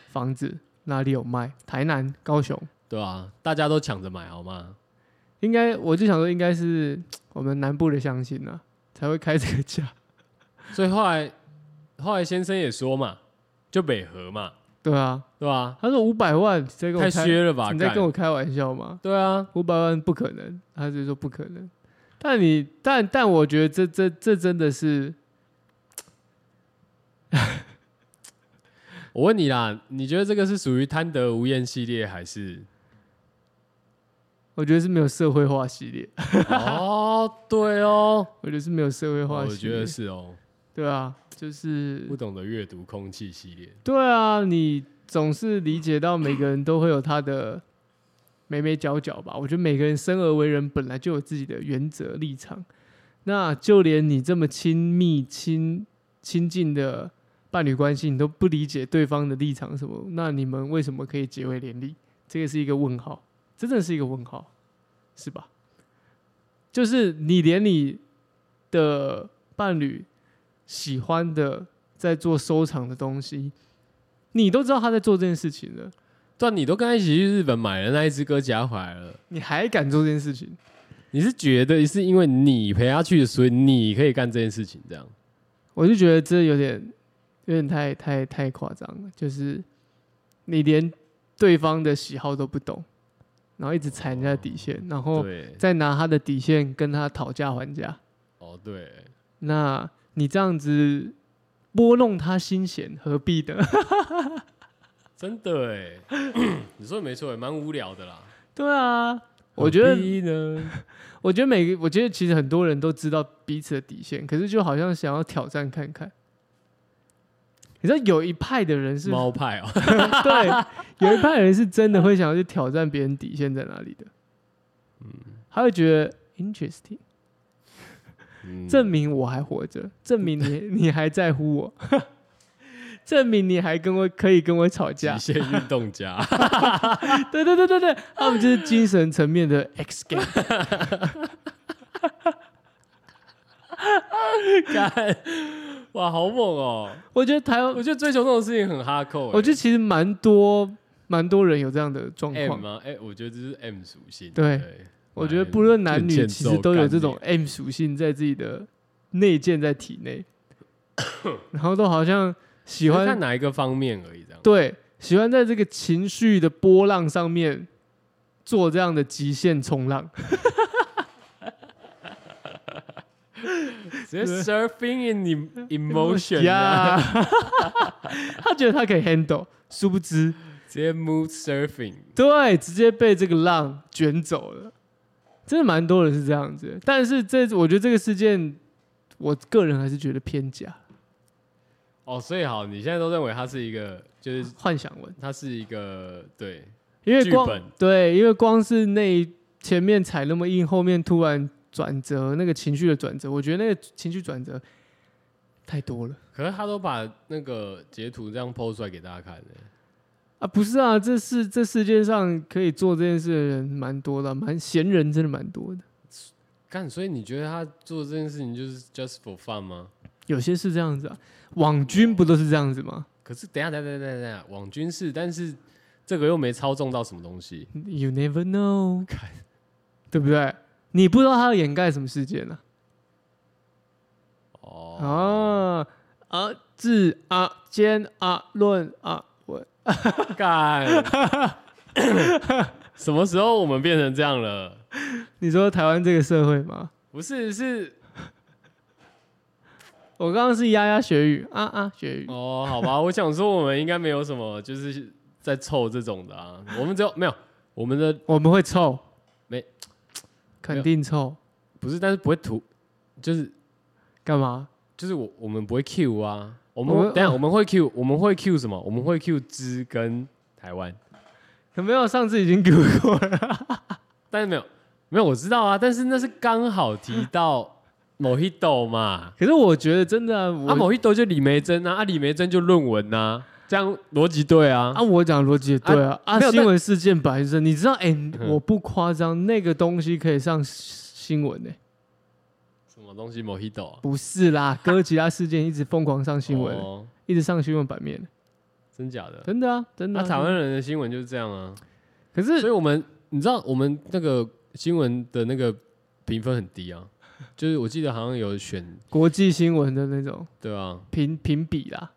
B: 房子哪里有卖？台南、高雄，”
A: 对啊，大家都抢着买好吗？
B: 应该我就想说，应该是我们南部的乡亲啊，才会开这个价， [laughs]
A: 所以后来，后来先生也说嘛，就北河嘛，
B: 对啊。
A: 对吧、
B: 他说五百万，你在跟
A: 太
B: 我开，
A: 削了吧？
B: 你在
A: 干
B: 跟我开玩笑吗？
A: 对啊，
B: 五百万不可能，他就说不可能。但你但但我觉得这这这真的是
A: 我问你啦，你觉得这个是属于贪得无厌系列还
B: [laughs]
A: 是？
B: 我觉得是没有社会化系列， [laughs]
A: 哦，对哦，
B: 我觉得是没有社会化
A: 我
B: 系
A: 觉
B: 列，
A: 得是哦，
B: 对啊，就是
A: 不懂得阅读空气系列。
B: 对啊，你总是理解到每个人都会有他的 [coughs] 眉眉角角吧？我觉得每个人生而为人，本来就有自己的原则立场。那就连你这么亲密、亲亲近的伴侣关系，你都不理解对方的立场是什么，那你们为什么可以结为连理？这个是一个问号，真的是一个问号，是吧？就是你连你的伴侣喜欢的在做收藏的东西，你都知道他在做这件事情了，
A: 但啊你都跟他一起去日本买了那一只歌夹回来了，
B: 你还敢做这件事情？
A: 你是觉得是因为你陪他去，所以你可以干这件事情这样？
B: 我就觉得这有点有点太太太夸张了，就是你连对方的喜好都不懂，然后一直踩人家的底线，然后
A: 对，
B: 再拿他的底线跟他讨价还价。
A: 哦对，
B: 那你这样子拨弄他心弦，何必的？
A: 真的哎，你说的没错，欸蛮无聊的啦。
B: 对啊，我觉得
A: 何必呢，
B: 我觉得每个，我觉得其实很多人都知道彼此的底线，可是就好像想要挑战看看。你知道有一派的人是，
A: 猫派哦，
B: 对，有一派的人是真的会想要去挑战别人底线在哪里的。嗯，他会觉得 interesting，
A: 嗯
B: 证明我还活着，证明你你还在乎我， [laughs] 证明你还跟我可以跟我吵
A: 极
B: 架。
A: 限运动家， [laughs]
B: 对对对对对，他们就是精神层面的 X game。
A: 干哇，好猛哦！
B: 我觉得台湾
A: 我，觉得追求这种事情很哈扣、欸。
B: 我觉得其实蛮多蛮多人有这样的状
A: M
B: 况。
A: 吗？哎、我觉得这是 M 属性。
B: 对
A: 对，
B: 我觉得不论男
A: 就
B: 女，
A: 欠
B: 其
A: 揍
B: 实都有
A: 干
B: 这种 M 属性在自己的内建在体
A: [coughs]
B: 内，然后都好像喜
A: 就看
B: 欢
A: 哪一个方面而已，这样。
B: 对喜欢在这个情绪的波浪上面做这样的极限冲浪。
A: 直接 surfing in
B: [laughs]
A: the emotion 啊，
B: 呀 [laughs] 他觉得他可以 handle，殊不知
A: 直接 mood surfing。
B: 对，直接被这个浪卷走了，真的蛮多人是这样子的。但是这，我觉得这个事件，我个人还是觉得偏假，
A: 哦，所以好，你现在都认为它是一个，就是
B: 幻想文，
A: 它是一个对
B: 因为
A: 剧
B: 光
A: 本
B: 对，因为光是那一前面踩那么硬，后面突然转折，那个情绪的转折，我觉得那个情绪转折太多了
A: 可是他都把那个截图这样 PO 出来给大家看欸的、
B: 啊！不是啊，这是这世界上可以做这件事的人蛮多的，啊蛮闲人真的蛮多的，
A: 干，所以你觉得他做这件事情就是 just for fun 吗？
B: 有些是这样子啊，网军不都是这样子吗
A: 可是等一下，等一下，等一下，等一下，网军是，但是这个又没操纵到什么东西。
B: ？You never
A: [laughs]
B: know，对不对？你不知道他要掩盖什么事件呢、
A: 哦，
B: 啊？啊啊，治啊，奸啊，论啊，我
A: 干， [coughs] 什么时候我们变成这样了？
B: 你说台湾这个社会吗？
A: 不是，是
B: 我刚刚是丫丫学语啊啊学语，
A: 哦，好吧，我想说我们应该没有什么就是在凑这种的啊，我们只有没有我们的
B: 我们会臭，
A: 没，
B: 肯定臭，
A: 不是，但是不会吐，就是
B: 干嘛？
A: 就是我我们不会 Q 啊，我
B: 我
A: 们
B: 们哦
A: 等一下我们会 Q，我们会 Q 什么？我们会 Q 之跟台湾，
B: 可没有，上次已经给过了，
A: 但是没有没有我知道啊，但是那是刚好提
B: [laughs]
A: 到某一斗嘛，
B: 可是我觉得真的啊，我
A: 啊某一斗就李梅珍啊，啊李梅珍就论文呐、这样逻辑对啊
B: 啊，我讲的逻辑也对啊，啊
A: 没有
B: 新闻事件本来就是，你知道，哎，
A: 嗯
B: 我不夸张，那个东西可以上新闻呢，
A: 什么东西某一斗啊？
B: 不
A: [laughs]
B: 是啦，哥吉拉事件一直疯狂上新闻，
A: 哦，
B: 一直上新闻版面，
A: 真假的？
B: 真的啊，真的
A: 那、
B: 啊。
A: 台湾人的新闻就是这样啊，
B: 可是
A: 所以我们你知道我们那个新闻的那个评分很低啊，就是我记得好像有选
B: 国际新闻的那种
A: 对啊，
B: 评评比啦，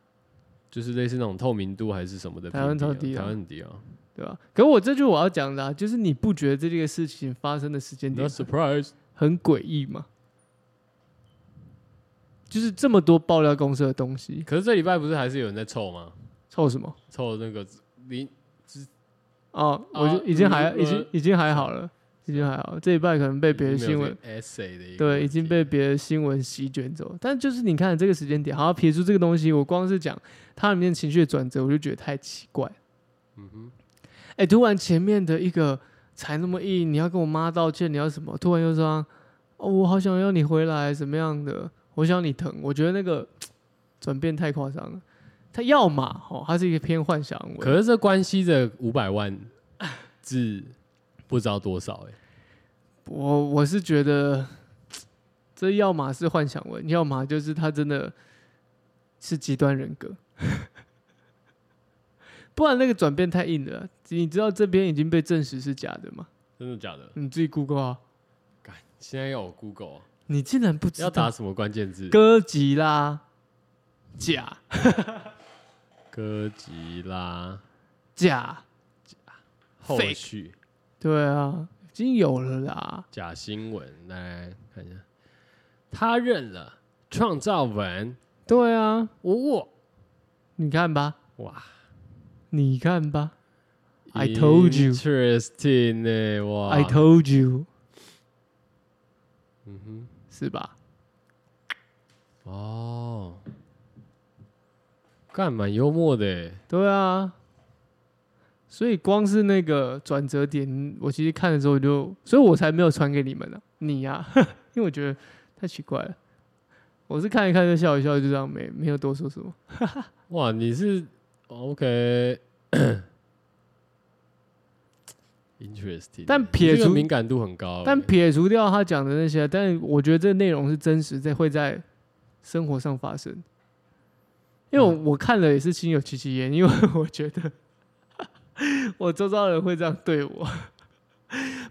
A: 就是类似那种透明度还是什么的评比啊，
B: 台湾超低啊
A: 台湾很低啊
B: 对吧？可我这就我要讲的、啊，就是你不觉得这个事情发生的时间点
A: ，Not surprise，
B: 很诡异吗？就是这么多爆料公社的东西，
A: 可是这礼拜不是还是有人在凑吗？
B: 凑什么？
A: 凑那个林
B: 哦，
A: 啊
B: 我就已经还、
A: 嗯
B: 已经已经还好了，已经还好了。这一半可能被别的新闻
A: essay 的一个
B: 对，已经被别的新闻席卷走。但就是你看这个时间点，好像撇出这个东西，我光是讲它里面情绪的转折，我就觉得太奇怪。
A: 嗯哼
B: 哎、突然前面的一个才那么硬，你要跟我妈道歉，你要什么？突然又说，哦，我好想要你回来，怎么样的？我想你疼。我觉得那个转变太夸张了。他要嘛，哦，他是一个偏幻想文，
A: 可是这关系着五百万至不知道多少哎、
B: 我我是觉得，这要么是幻想文，要么就是他真的是极端人格， [laughs] 不然那个转变太硬了。啊你知道这边已经被证实是假的吗？
A: 真的假的？
B: 你自己 Google 啊，
A: 现在要我 Google 啊、
B: 你竟然不知
A: 要
B: 道
A: 打什么关键字？
B: 哥吉拉假
A: 哥吉拉
B: 假
A: 后
B: Fake
A: 续
B: 对啊，已经有了啦。
A: 假新闻，来看一下，他认了，创造文
B: 对啊，
A: 无我，
B: 你看吧，
A: 哇
B: 你看吧，I told you
A: interesting 呢、哇
B: ，I told you，
A: 嗯哼。
B: 是吧？
A: 哦，干蛮幽默的欸，
B: 对啊，所以光是那个转折点，我其实看的时候我就，所以我才没有传给你们呢、啊你呀、 [laughs] 因为我觉得太奇怪了。我是看一看就笑一笑，就这样没没有多说什么。
A: 哇，你是哦 OK 。Interesting，
B: 但
A: 欸
B: 撇
A: 你这个
B: 除
A: 敏感度很高欸，
B: 但撇除掉他讲的那些，但我觉得这内容是真实，在会在生活上发生。因为我
A: 嗯
B: 我看了也是心有戚戚焉，因为我觉得 [laughs] 我周遭的人会这样对我，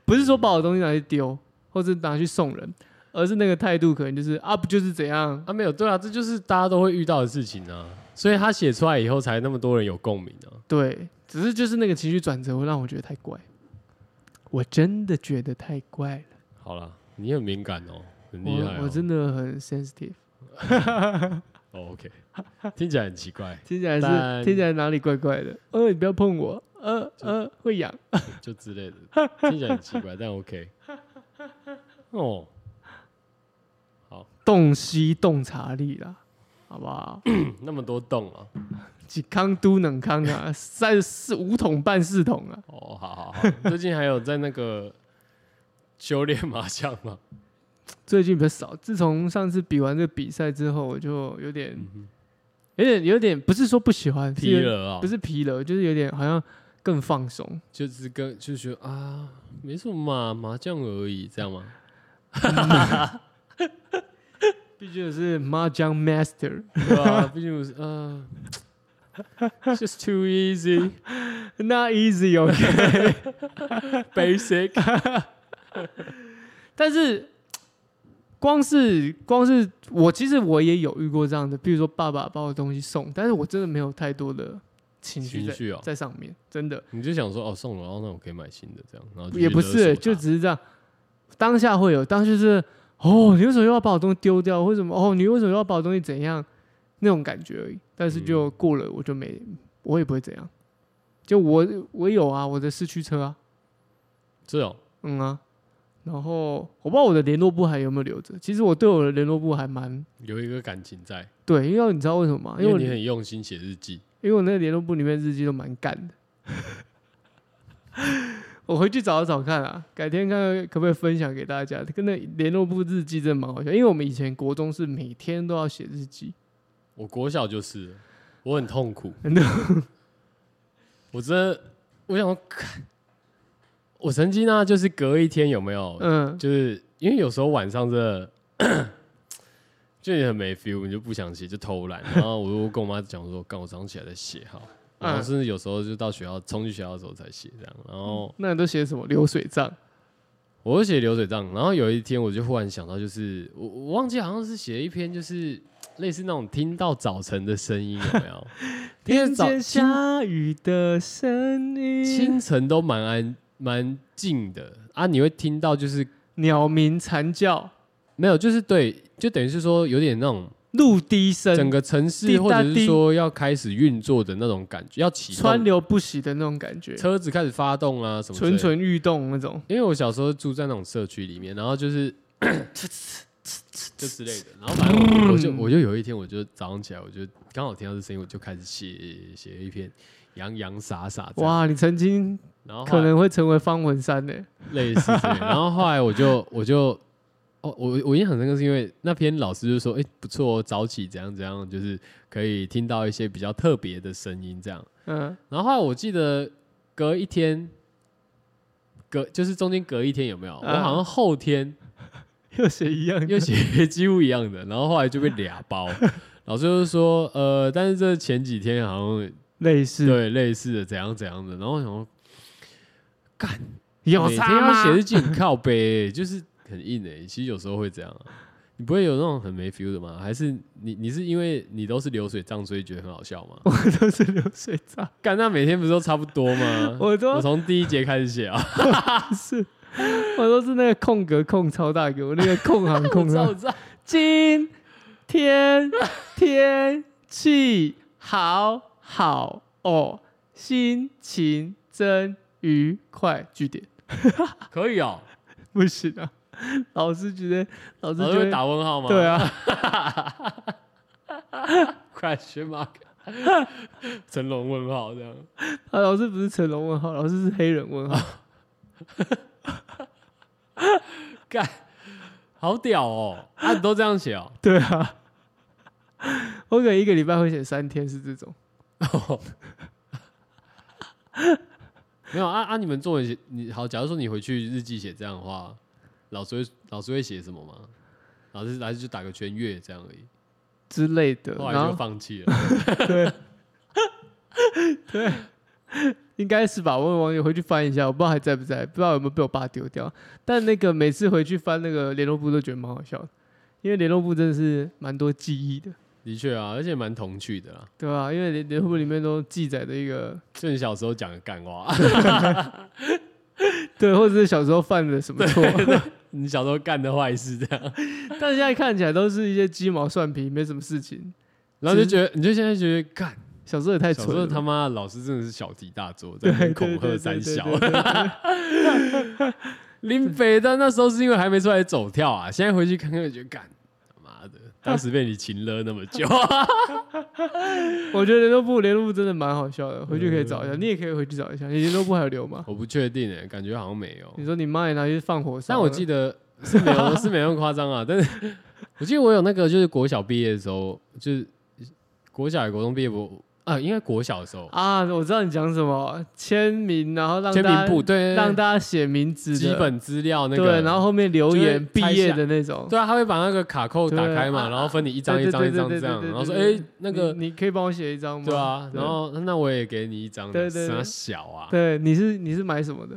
B: 不是说把我东西拿去丢，或者拿去送人，而是那个态度可能就是啊，不就是怎样？
A: 啊没有，对啊，这就是大家都会遇到的事情啊，所以他写出来以后才那么多人有共鸣啊。
B: 对，只是就是那个情绪转折会让我觉得太怪，我真的觉得太怪了，
A: 好了，你很敏感哦，很厉害、哦
B: 我我真的很 sensitive，
A: 哦 OK，听起来很奇怪，
B: 听起来
A: 但
B: 是听起来哪里怪怪的？呃，你不要碰我，呃呃，会痒。
A: 就之类的，听起来很奇怪，但 OK。哦，
B: 洞悉洞察力啦，好不 [coughs] 好？
A: 那么多洞啊，
B: 几康都能康啊，三四五桶半四桶啊，
A: [laughs] 哦，好好
B: [laughs]
A: 好，最近还有在那个修炼麻将
B: [laughs]
A: 吗？
B: 最近比较少。自从上次比完这个比赛之后，我就有点
A: 嗯
B: 有点有点，不是说不喜欢，是
A: 疲
B: 有点
A: 了啊，
B: 不是疲了，就是有点好像更放松。
A: 就是跟就觉得啊，没什么嘛，麻将而已，这
B: [laughs]
A: 样吗？
B: 毕竟我是麻将 [laughs] master，
A: 对啊，毕竟我是啊，just too easy
B: 那 easy OK。
A: basic，
B: [laughs] 但是光是光是我，其实我也有遇过这样的，比如说爸爸把我东西送，但是我真的没有太多的情绪
A: 情
B: 在
A: 绪哦
B: 在上面，真的
A: 你就想说哦，送了，然后那我可以买新的，这样，哦然后就
B: 也
A: 去
B: 不
A: 勒索啊
B: 是，
A: 他
B: 就只是这样。当下会有，当时是哦，你为什么又要把我东西丢掉？为什么哦，你为什么又要把我东西怎样？那种感觉而已。但是哦就过了，我就没，我也不会怎样。就我我有啊，我的四驱车啊，
A: 这种
B: 嗯啊。然后我不知道我的联络部还有没有留着。其实我对我的联络部还蛮
A: 有一个感情在，
B: 对，因为你知道为什么啊吗？因
A: 因
B: 为我
A: 为你很用心写日记，
B: 因为我那个联络部里面日记都蛮干的。 [laughs] 我回去找找看啊，改天看看可不可以分享给大家。跟那联络部日记真的蛮好笑，因为我们以前国中是每天都要写日记，
A: 我国小就是了，我很痛
B: [laughs]
A: 苦， [laughs] 我真的，我想看，我曾经呢，就是隔一天有没有，
B: 嗯，
A: 就是因为有时候晚上真的 [coughs] 就也很没 feel，你就不想写，就偷懒。然后我就跟我妈讲说，干我早上起来再写哈。
B: 嗯
A: 然后甚至有时候就到学校冲去学校的时候才写这样。然后
B: 那你都写什么流水账？
A: 我就写流水账。然后有一天我就忽然想到，就是我我忘记好像是写一篇就是类似那种听到早晨的声音有没有？听
B: [laughs] 听
A: 见早
B: 见下雨的声音，
A: 清晨都蛮安蛮静的啊，你会听到就是
B: 鸟鸣蝉叫，
A: 没有，就是对，就等于是说有点那种
B: 露滴
A: 整
B: 声，
A: 个城市
B: 滴
A: 或
B: 答
A: 者是
B: 滴
A: 说要开始运作的那种感觉，要启动
B: 川流不息的那种感觉，
A: 车子开始发动啊什么之类
B: 蠢
A: 的。
B: 蠢欲动那种。
A: 因为我小时候住在那种社区里面，然后就是就之类的，然后反正我我就我就有一天，我就早上起来，我就刚好听到这声音，我就开始写写一篇洋洋洒洒这样，
B: 哇，你曾经
A: 然后后来
B: 可能会成为方文山呢、
A: 类似
B: [laughs]
A: 之类的。然后后来我就我就哦，我我印象很深刻，是因为那篇老师就说，哎、不错哦，早起怎样怎样，就是可以听到一些比较特别的声音这样。
B: 嗯，
A: 然后后来我记得隔一天，隔就是中间隔一天有没有？
B: 嗯
A: 我好像后天
B: [laughs] 又写一样
A: [laughs]
B: 的，
A: 又
B: [laughs]
A: 写几乎一样的，然后后来就被俩包。老师就说，呃，但是这前几天好像
B: 类似，
A: 对类似的怎样怎样的，然后我想说
B: 有
A: 每天
B: 差
A: 要
B: 吗？
A: 欸写日记很靠背欸、就是很硬诶、其实有时候会这样啊、你不会有那种很没 feel 的吗？还是你你是因为你都是流水账，所以觉得很好笑吗？
B: 我 [laughs] 都是流水账，
A: 干那每天不是都差不多吗？
B: [laughs] 我都
A: 我从第一节开始写啊，
B: 是， [laughs] 我都是那个空格空超大 [laughs] 格，我那个空行空啊
A: 知道
B: 超
A: 我知道，
B: [laughs] 今天天气好好哦，心情真愉快。句点
A: [laughs]
B: [laughs]
A: 可以哦、
B: 不行啊，老师觉得老师
A: 老师
B: 觉
A: 会
B: 得
A: 打问号吗？
B: 对啊，
A: ，question mark，成
B: [laughs]
A: 龙问号这样。
B: 啊老师不是成龙问号，老师是黑人问 [laughs] 号。
A: 干，好屌哦！啊，你都这样写哦。
B: 对啊，我可能一个礼拜会写三天是这种。
A: 没有啊啊！你们作文写你好，假如说你回去日记写这样的话，老师会老师会写什么吗？老师老师就打个圈月这样而已，
B: 之类的，
A: 后来
B: 然
A: 就
B: 后
A: 放弃了。
B: 应该是吧？我问网友回去翻一下，我不知道还在不在，不知道有没有被我爸丢掉。但那个每次回去翻那个联络簿都觉得蛮好笑的，因为联络簿真的是蛮多记忆的，
A: 的确啊，而且蛮童趣的啦，
B: 对吧、因为联联络簿里面都记载着一个
A: 就你小时候讲的干话，
B: 对，或者是小时候犯的什么
A: [laughs]
B: 错，
A: 你小时候干的坏事这样，
B: 但现在看起来都是一些鸡毛蒜皮，没什么事情。
A: 然后就觉得你就现在觉得干，
B: 小时候也太
A: 小
B: 蠢
A: 时候
B: 了，
A: 他妈老师真的是小题大做，在那边恐吓三小。
B: 对对对对对对
A: 林北，但那时候是因为还没出来走跳啊，现在回去看看就觉得干，他妈
B: [laughs]
A: 的，当时被你擒了那么久。
B: 我觉得联络簿联络簿真的蛮好笑的，回去可以找一
A: 嗯
B: 下，你也可以回去找一下。你联络簿还有留吗？
A: 我不确定诶、感觉好像没有
B: 你。说你妈也拿去放火烧
A: 但
B: 了，
A: 我记得是没
B: [laughs]
A: 有，是没那么夸张啊。但是 [laughs] 我记得我有那个，就是国小毕业的时候，就是国小也国中毕业不啊，应该国小的时候
B: 啊，我知道你讲什么，签名，然后让
A: 签
B: 大
A: 名
B: 家
A: 簿，对，对对
B: 让大家写名字的
A: 基本资料那个，
B: 对，然后后面留
A: 就是
B: 言毕
A: 拆
B: 业
A: 下
B: 的那种，
A: 对啊，他会把那个卡扣打开嘛，
B: 对
A: 然后分你一张一张
B: 对
A: 一
B: 对
A: 张
B: 对对
A: 这样，
B: 对对对
A: 然后说
B: 对对
A: 哎那个
B: 你你可以帮我写一张吗？
A: 对啊，然后那我也给你一张，
B: 对对对
A: 傻小啊，
B: 对，你是你是买什么的？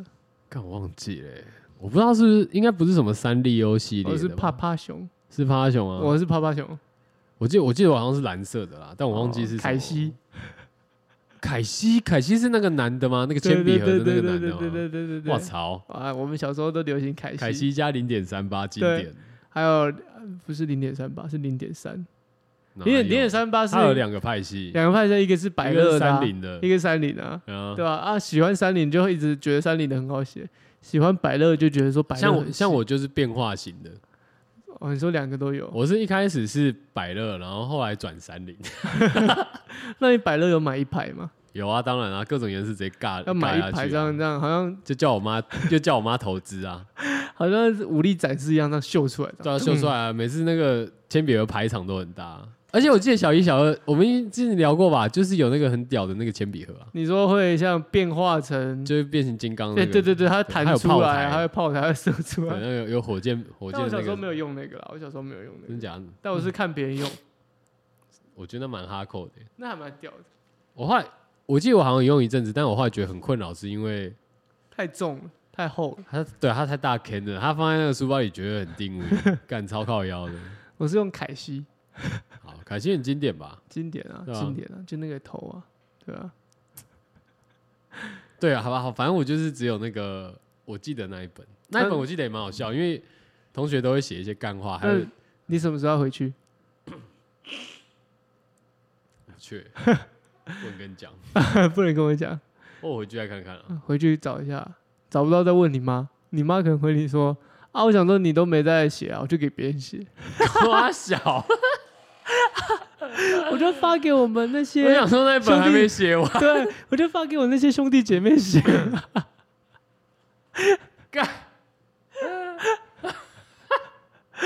A: 干我忘记了欸，我不知道是不是应该不是什么三丽鸥系列
B: 我
A: 的吧，
B: 是帕帕熊，
A: 是趴熊啊，
B: 我是帕帕熊，哦
A: 我记得我记得我好像是蓝色的啦，但我忘记是什么
B: 凯西，
A: 凯西，凯西是那个男的吗？那个
B: 对
A: 铅笔盒的
B: 对
A: 那个
B: 对对
A: 男
B: 对
A: 的
B: 对
A: 吗？
B: 对对对对，
A: 我！操，
B: 啊，我们小时候都流行凯西，
A: 啊凯西加零点三八经
B: 对
A: 典，
B: 还有呃不是零点三八，是零点三，
A: 哪
B: 零点
A: 有
B: 零点，三八是
A: 它有两个派系，
B: 两个派生，一个是百
A: 一个
B: 乐
A: 是
B: 的啊
A: 三，菱的
B: 一，个是三菱啊，
A: 啊
B: 对，吧、啊？喜欢三菱就会一直觉得三菱的很好写，喜欢百乐就觉得说百乐
A: 像
B: 很
A: 我
B: 细
A: 像我就是变化型的，
B: 哦，你说两个都有，
A: 我是一开始是百乐，然后后来转三菱。
B: 那你百乐有买一排吗？
A: 有啊，当然啊，各种颜色直接尬
B: 要买一
A: 尬下
B: 排
A: 去
B: 这样
A: 啊
B: 这样，好像
A: 就叫我妈，就叫我妈投资啊，
B: 好像是武力展示一样，这样秀出来这
A: 对
B: 样。
A: 啊，秀出来啊，每次那个铅笔盒排场都很大啊、而且我记得小一、小二，我们之前聊过吧，就是有那个很屌的那个铅笔盒啊，
B: 你说会像变化成，
A: 就会变形金刚那
B: 对
A: 个，
B: 嗯对对对，它
A: 还
B: 弹
A: 有
B: 出
A: 炮
B: 来，
A: 台
B: 它会炮台，它会射出
A: 对，
B: 来。
A: 那个有火箭，火箭
B: 但我
A: 那
B: 小时候
A: 个，
B: 没有用那个啦，我小时候没有用那
A: 真
B: 个，
A: 假的？嗯
B: 但我是看别人用，
A: 我觉得蛮哈扣的欸。
B: 那还蛮屌的，
A: 我后来我记得我好像有用一阵子，但我后来觉得很困扰，是因为
B: 太重了，太厚了。
A: 它对它太大坑了，它放在那个书包里觉得很
B: [laughs]
A: 定位，干超靠腰的。
B: 我是用凯西，
A: 好，凯西很经典吧？
B: 经典啊，
A: 对啊
B: 经典啊，就那个头啊，对啊，
A: 对啊，好吧，好，反正我就是只有那个，我记得那一本，那
B: 嗯
A: 一本我记得也蛮好笑，因为同学都会写一些干话，还有
B: 那你什么时候要回去？
A: 去，我跟你讲，
B: [laughs] 不能跟我讲，
A: 我回去再看看啊。 [laughs]
B: 回去找一下，找不到再问你妈，你妈可能回你说啊，我想说你都没在写啊，我就给别人写， [laughs]
A: 夸小，
B: 我就发给我们那
A: 我
B: 些
A: 想，说那一本还没写完，
B: [laughs] 对我就发给我那些兄弟姐妹写，
A: [laughs] 干，
B: [laughs]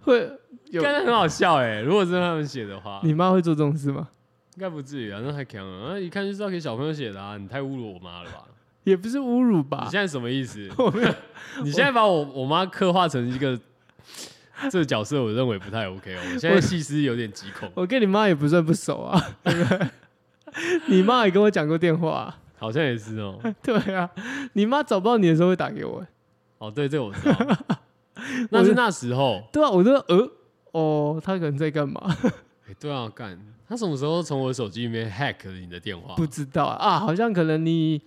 B: 会有
A: 干得很好笑哎、如果是他们写的话，
B: 你妈会做这种事吗？
A: 应该不至于啊，那太强了，那一看就知道给小朋友写的啊，你太侮辱我妈了吧？
B: 也不是侮辱
A: 你
B: 吧？
A: 现在什么意思？
B: 啊 [laughs] 我没有
A: 你现在把我我妈刻画成一个 [laughs] 这个角色，我认为不太 OK 哦。我现在细思有点极恐，
B: 我跟你妈也不算不熟啊， [laughs] 对不对？你妈也跟我讲过电话啊、
A: 好像也是哦。
B: [laughs] 对啊，你妈找不到你的时候会打给我、 [laughs]
A: 哦，对，这个我知道。那是那时候。
B: 对啊，我都呃，哦，他可能在干嘛？
A: 哎对啊，干，他什么时候从我手机里面 hack 了你的电话？
B: [laughs] 不知道啊啊，好像可能你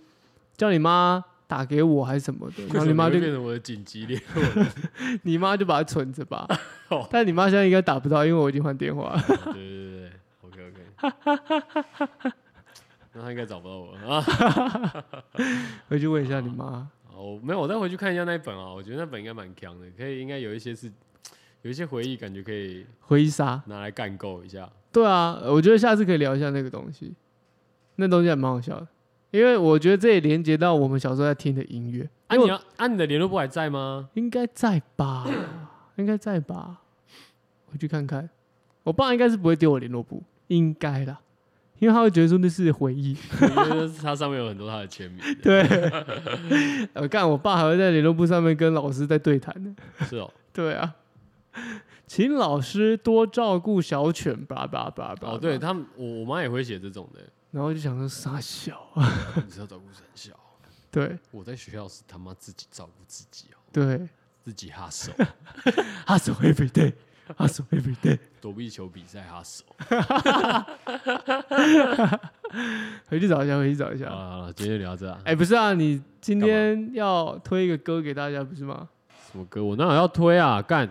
B: 叫你妈打给我还是什么的，然后你妈就
A: 为什么会变成我的紧急联络人？
B: [laughs] 你妈就把它存着吧
A: 哦。
B: 但你妈现在应该打不到，因为我已经换电话。
A: 对对对对，OK OK。那他应该找不到我啊！
B: 回去问一下你妈。
A: 哦，没有，我再回去看一下那一本啊，我觉得那本应该蛮强的，可以应该有一些是有一些回忆，感觉可以
B: 回忆杀，
A: 拿来干够一下。
B: 对啊，我觉得下次可以聊一下那个东西，那东西还蛮好笑的，因为我觉得这也连接到我们小时候在听的音乐，
A: 啊，你要啊，你的联络簿还在吗？ [laughs]
B: 应该在 [clears throat] 吧？应该在吧？回去看看，我爸应该是不会丢我联络簿，应该啦，因为他会觉得说那是回 [laughs] 忆。
A: 我觉得它上面有很多他的签名，
B: 对，我看我爸还会在联络簿上面跟老师在对谈呢。
A: 是哦。
B: 对啊，请老师多照顾小犬，叭叭叭叭。
A: 哦，对，他们，我我妈也会写这种的，
B: 然后就想说傻小啊，
A: 你知道照顾很小。
B: [laughs] 对
A: 我在学校是他妈自己照顾自己哦，
B: 对
A: 自己哈手，
B: 他 u s every day。他 s every day，
A: 躲避球比赛哈
B: [laughs]
A: 手。
B: 回去找一下，回去找一
A: 好
B: 下。
A: 了好了，今天就聊到这啊。
B: 哎，不是啊，你今天要推一个歌给大家，不是吗？
A: 什么歌？我哪有要推啊？干，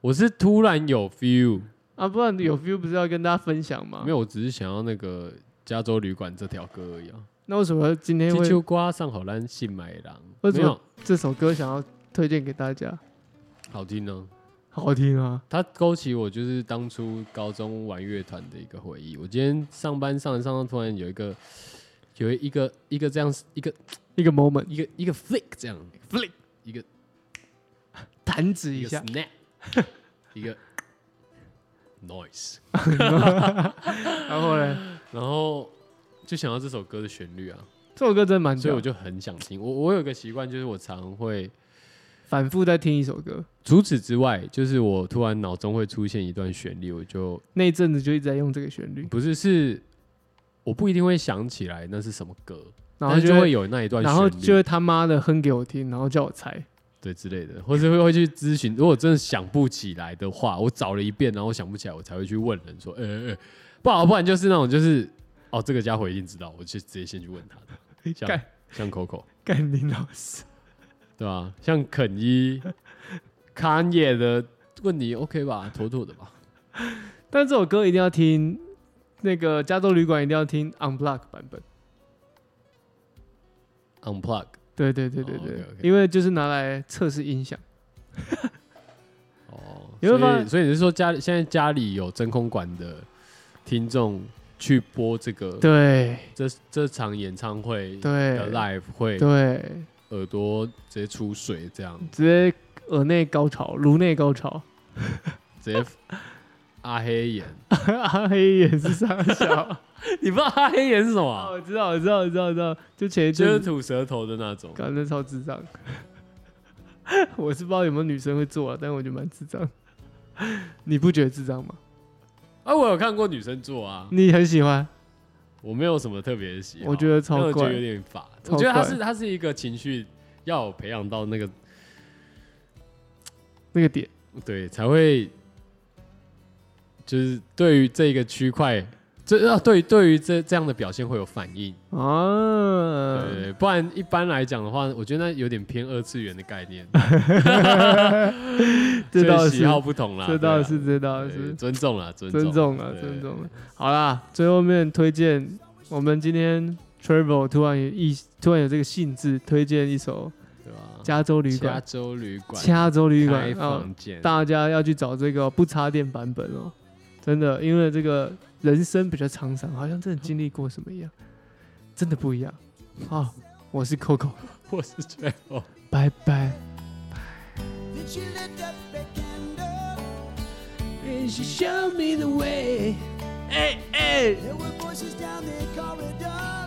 A: 我是突然有 feel，
B: 啊，不然有 feel 不是要跟大家分享吗？
A: 没有，我只是想要那个加州旅馆这条歌而已啊。
B: 那为什么今天
A: 金
B: 会
A: 秋瓜上好烂，信买郎，
B: 哎为什
A: 没
B: 么
A: 有
B: 这首歌想要推荐给大家？
A: 好听呢、
B: 好好听啊！
A: 它勾起我就是当初高中玩乐团的一个回忆。我今天上班上着上着，突然有一个有一个一个这样一个
B: 一个 moment，
A: 一个一个 flick 这样 flick 一个
B: 弹指
A: 一
B: 一
A: 个
B: 下， [laughs]
A: snap 一个 noise，
B: 然后嘞，
A: 然后就想到这首歌的旋律啊，
B: 这首歌真的蛮
A: 所以
B: 屌
A: 我，就很想听。我我有个习惯，就是我常会
B: 反复在听一首歌，
A: 除此之外，就是我突然脑中会出现一段旋律，我就
B: 那一阵子就一直在用这个旋律，
A: 不是是我不一定会想起来那是什么歌，但
B: 然后
A: 是
B: 就
A: 就会
B: 会，
A: 有那一段旋
B: 然
A: 律，
B: 后就会他妈的哼给我听，然后叫我猜。
A: 对之类的，或者会会去咨询。如果真的想不起来的话，我找了一遍，然后我想不起来，我才会去问人说，呃、欸、不好，不然就是那种就是哦，这个家伙一定知道，我就直接先去问他的，像
B: 干
A: 像 Coco
B: 干林老师，
A: 对吧、像肯一、 [laughs] 康也的问你 OK 吧，妥妥的吧。
B: 但这首歌一定要听，那个加州旅馆一定要听 unblock 版本。
A: Unplug
B: 对对对对
A: 哦
B: 对，
A: ，OK，OK
B: 因为就是拿来测试音响。
A: 哦，
B: 你会发
A: 所以所以你是说家里现在家里有真空管的听众去播这个
B: 对
A: 这这场演唱会的
B: 对
A: live 会
B: 对，
A: 耳朵直接出水这样。
B: 直接耳内高潮，颅内高潮。 [laughs]
A: 直接 [laughs] 阿黑眼，
B: 阿黑也是傻笑。
A: [laughs] 你不知道阿黑眼是什么
B: 啊，
A: 啊、
B: 我知道，我知道，我知道，我知道，就前一
A: 就是
B: 阵子，
A: 吐舌头的那种。
B: 感觉超智障。 [laughs] 我是不知道有没有女生会做啊，但我觉得蛮智障。你不觉得智障吗？
A: 啊，我有看过女生做啊，
B: 你很喜欢，
A: 我没有什么特别的喜好，
B: 我觉得超
A: 但我觉
B: 怪
A: 得有点法。
B: 超
A: 我觉得他
B: 怪
A: 是他是一个情绪要有培养到那个
B: 那个点，
A: 对才会，就是对于这个区块，这啊对对于这这样的表现会有反应。
B: 啊，
A: 对，不然一般来讲的话，我觉得那有点偏二次元的概念，
B: [laughs] 这倒
A: 所以
B: 是
A: 喜，好不同啦，
B: 这
A: 对
B: 倒
A: 啦
B: 是，这倒
A: 对
B: 是，
A: 尊重啦，尊
B: 尊重啊，
A: 对
B: 尊重啊。好啦，最后面推荐，我们今天 Travel 突然有意，突然有这个兴致，推荐一首
A: 对吧？
B: 《加州旅
A: 加
B: 馆
A: 州旅》，馆，
B: 加州旅
A: 开
B: 馆啊，
A: 房间，
B: 大家要去找这个不插电版本哦，真的，因为这个人生比较沧桑，好像真的经历过什么一样，真的不一样。好、我是 Coco，
A: 我是最后。
B: 拜拜。
D: Then she lit up a candle and she showed me the way. Hey, hey! There were voices down the corridor.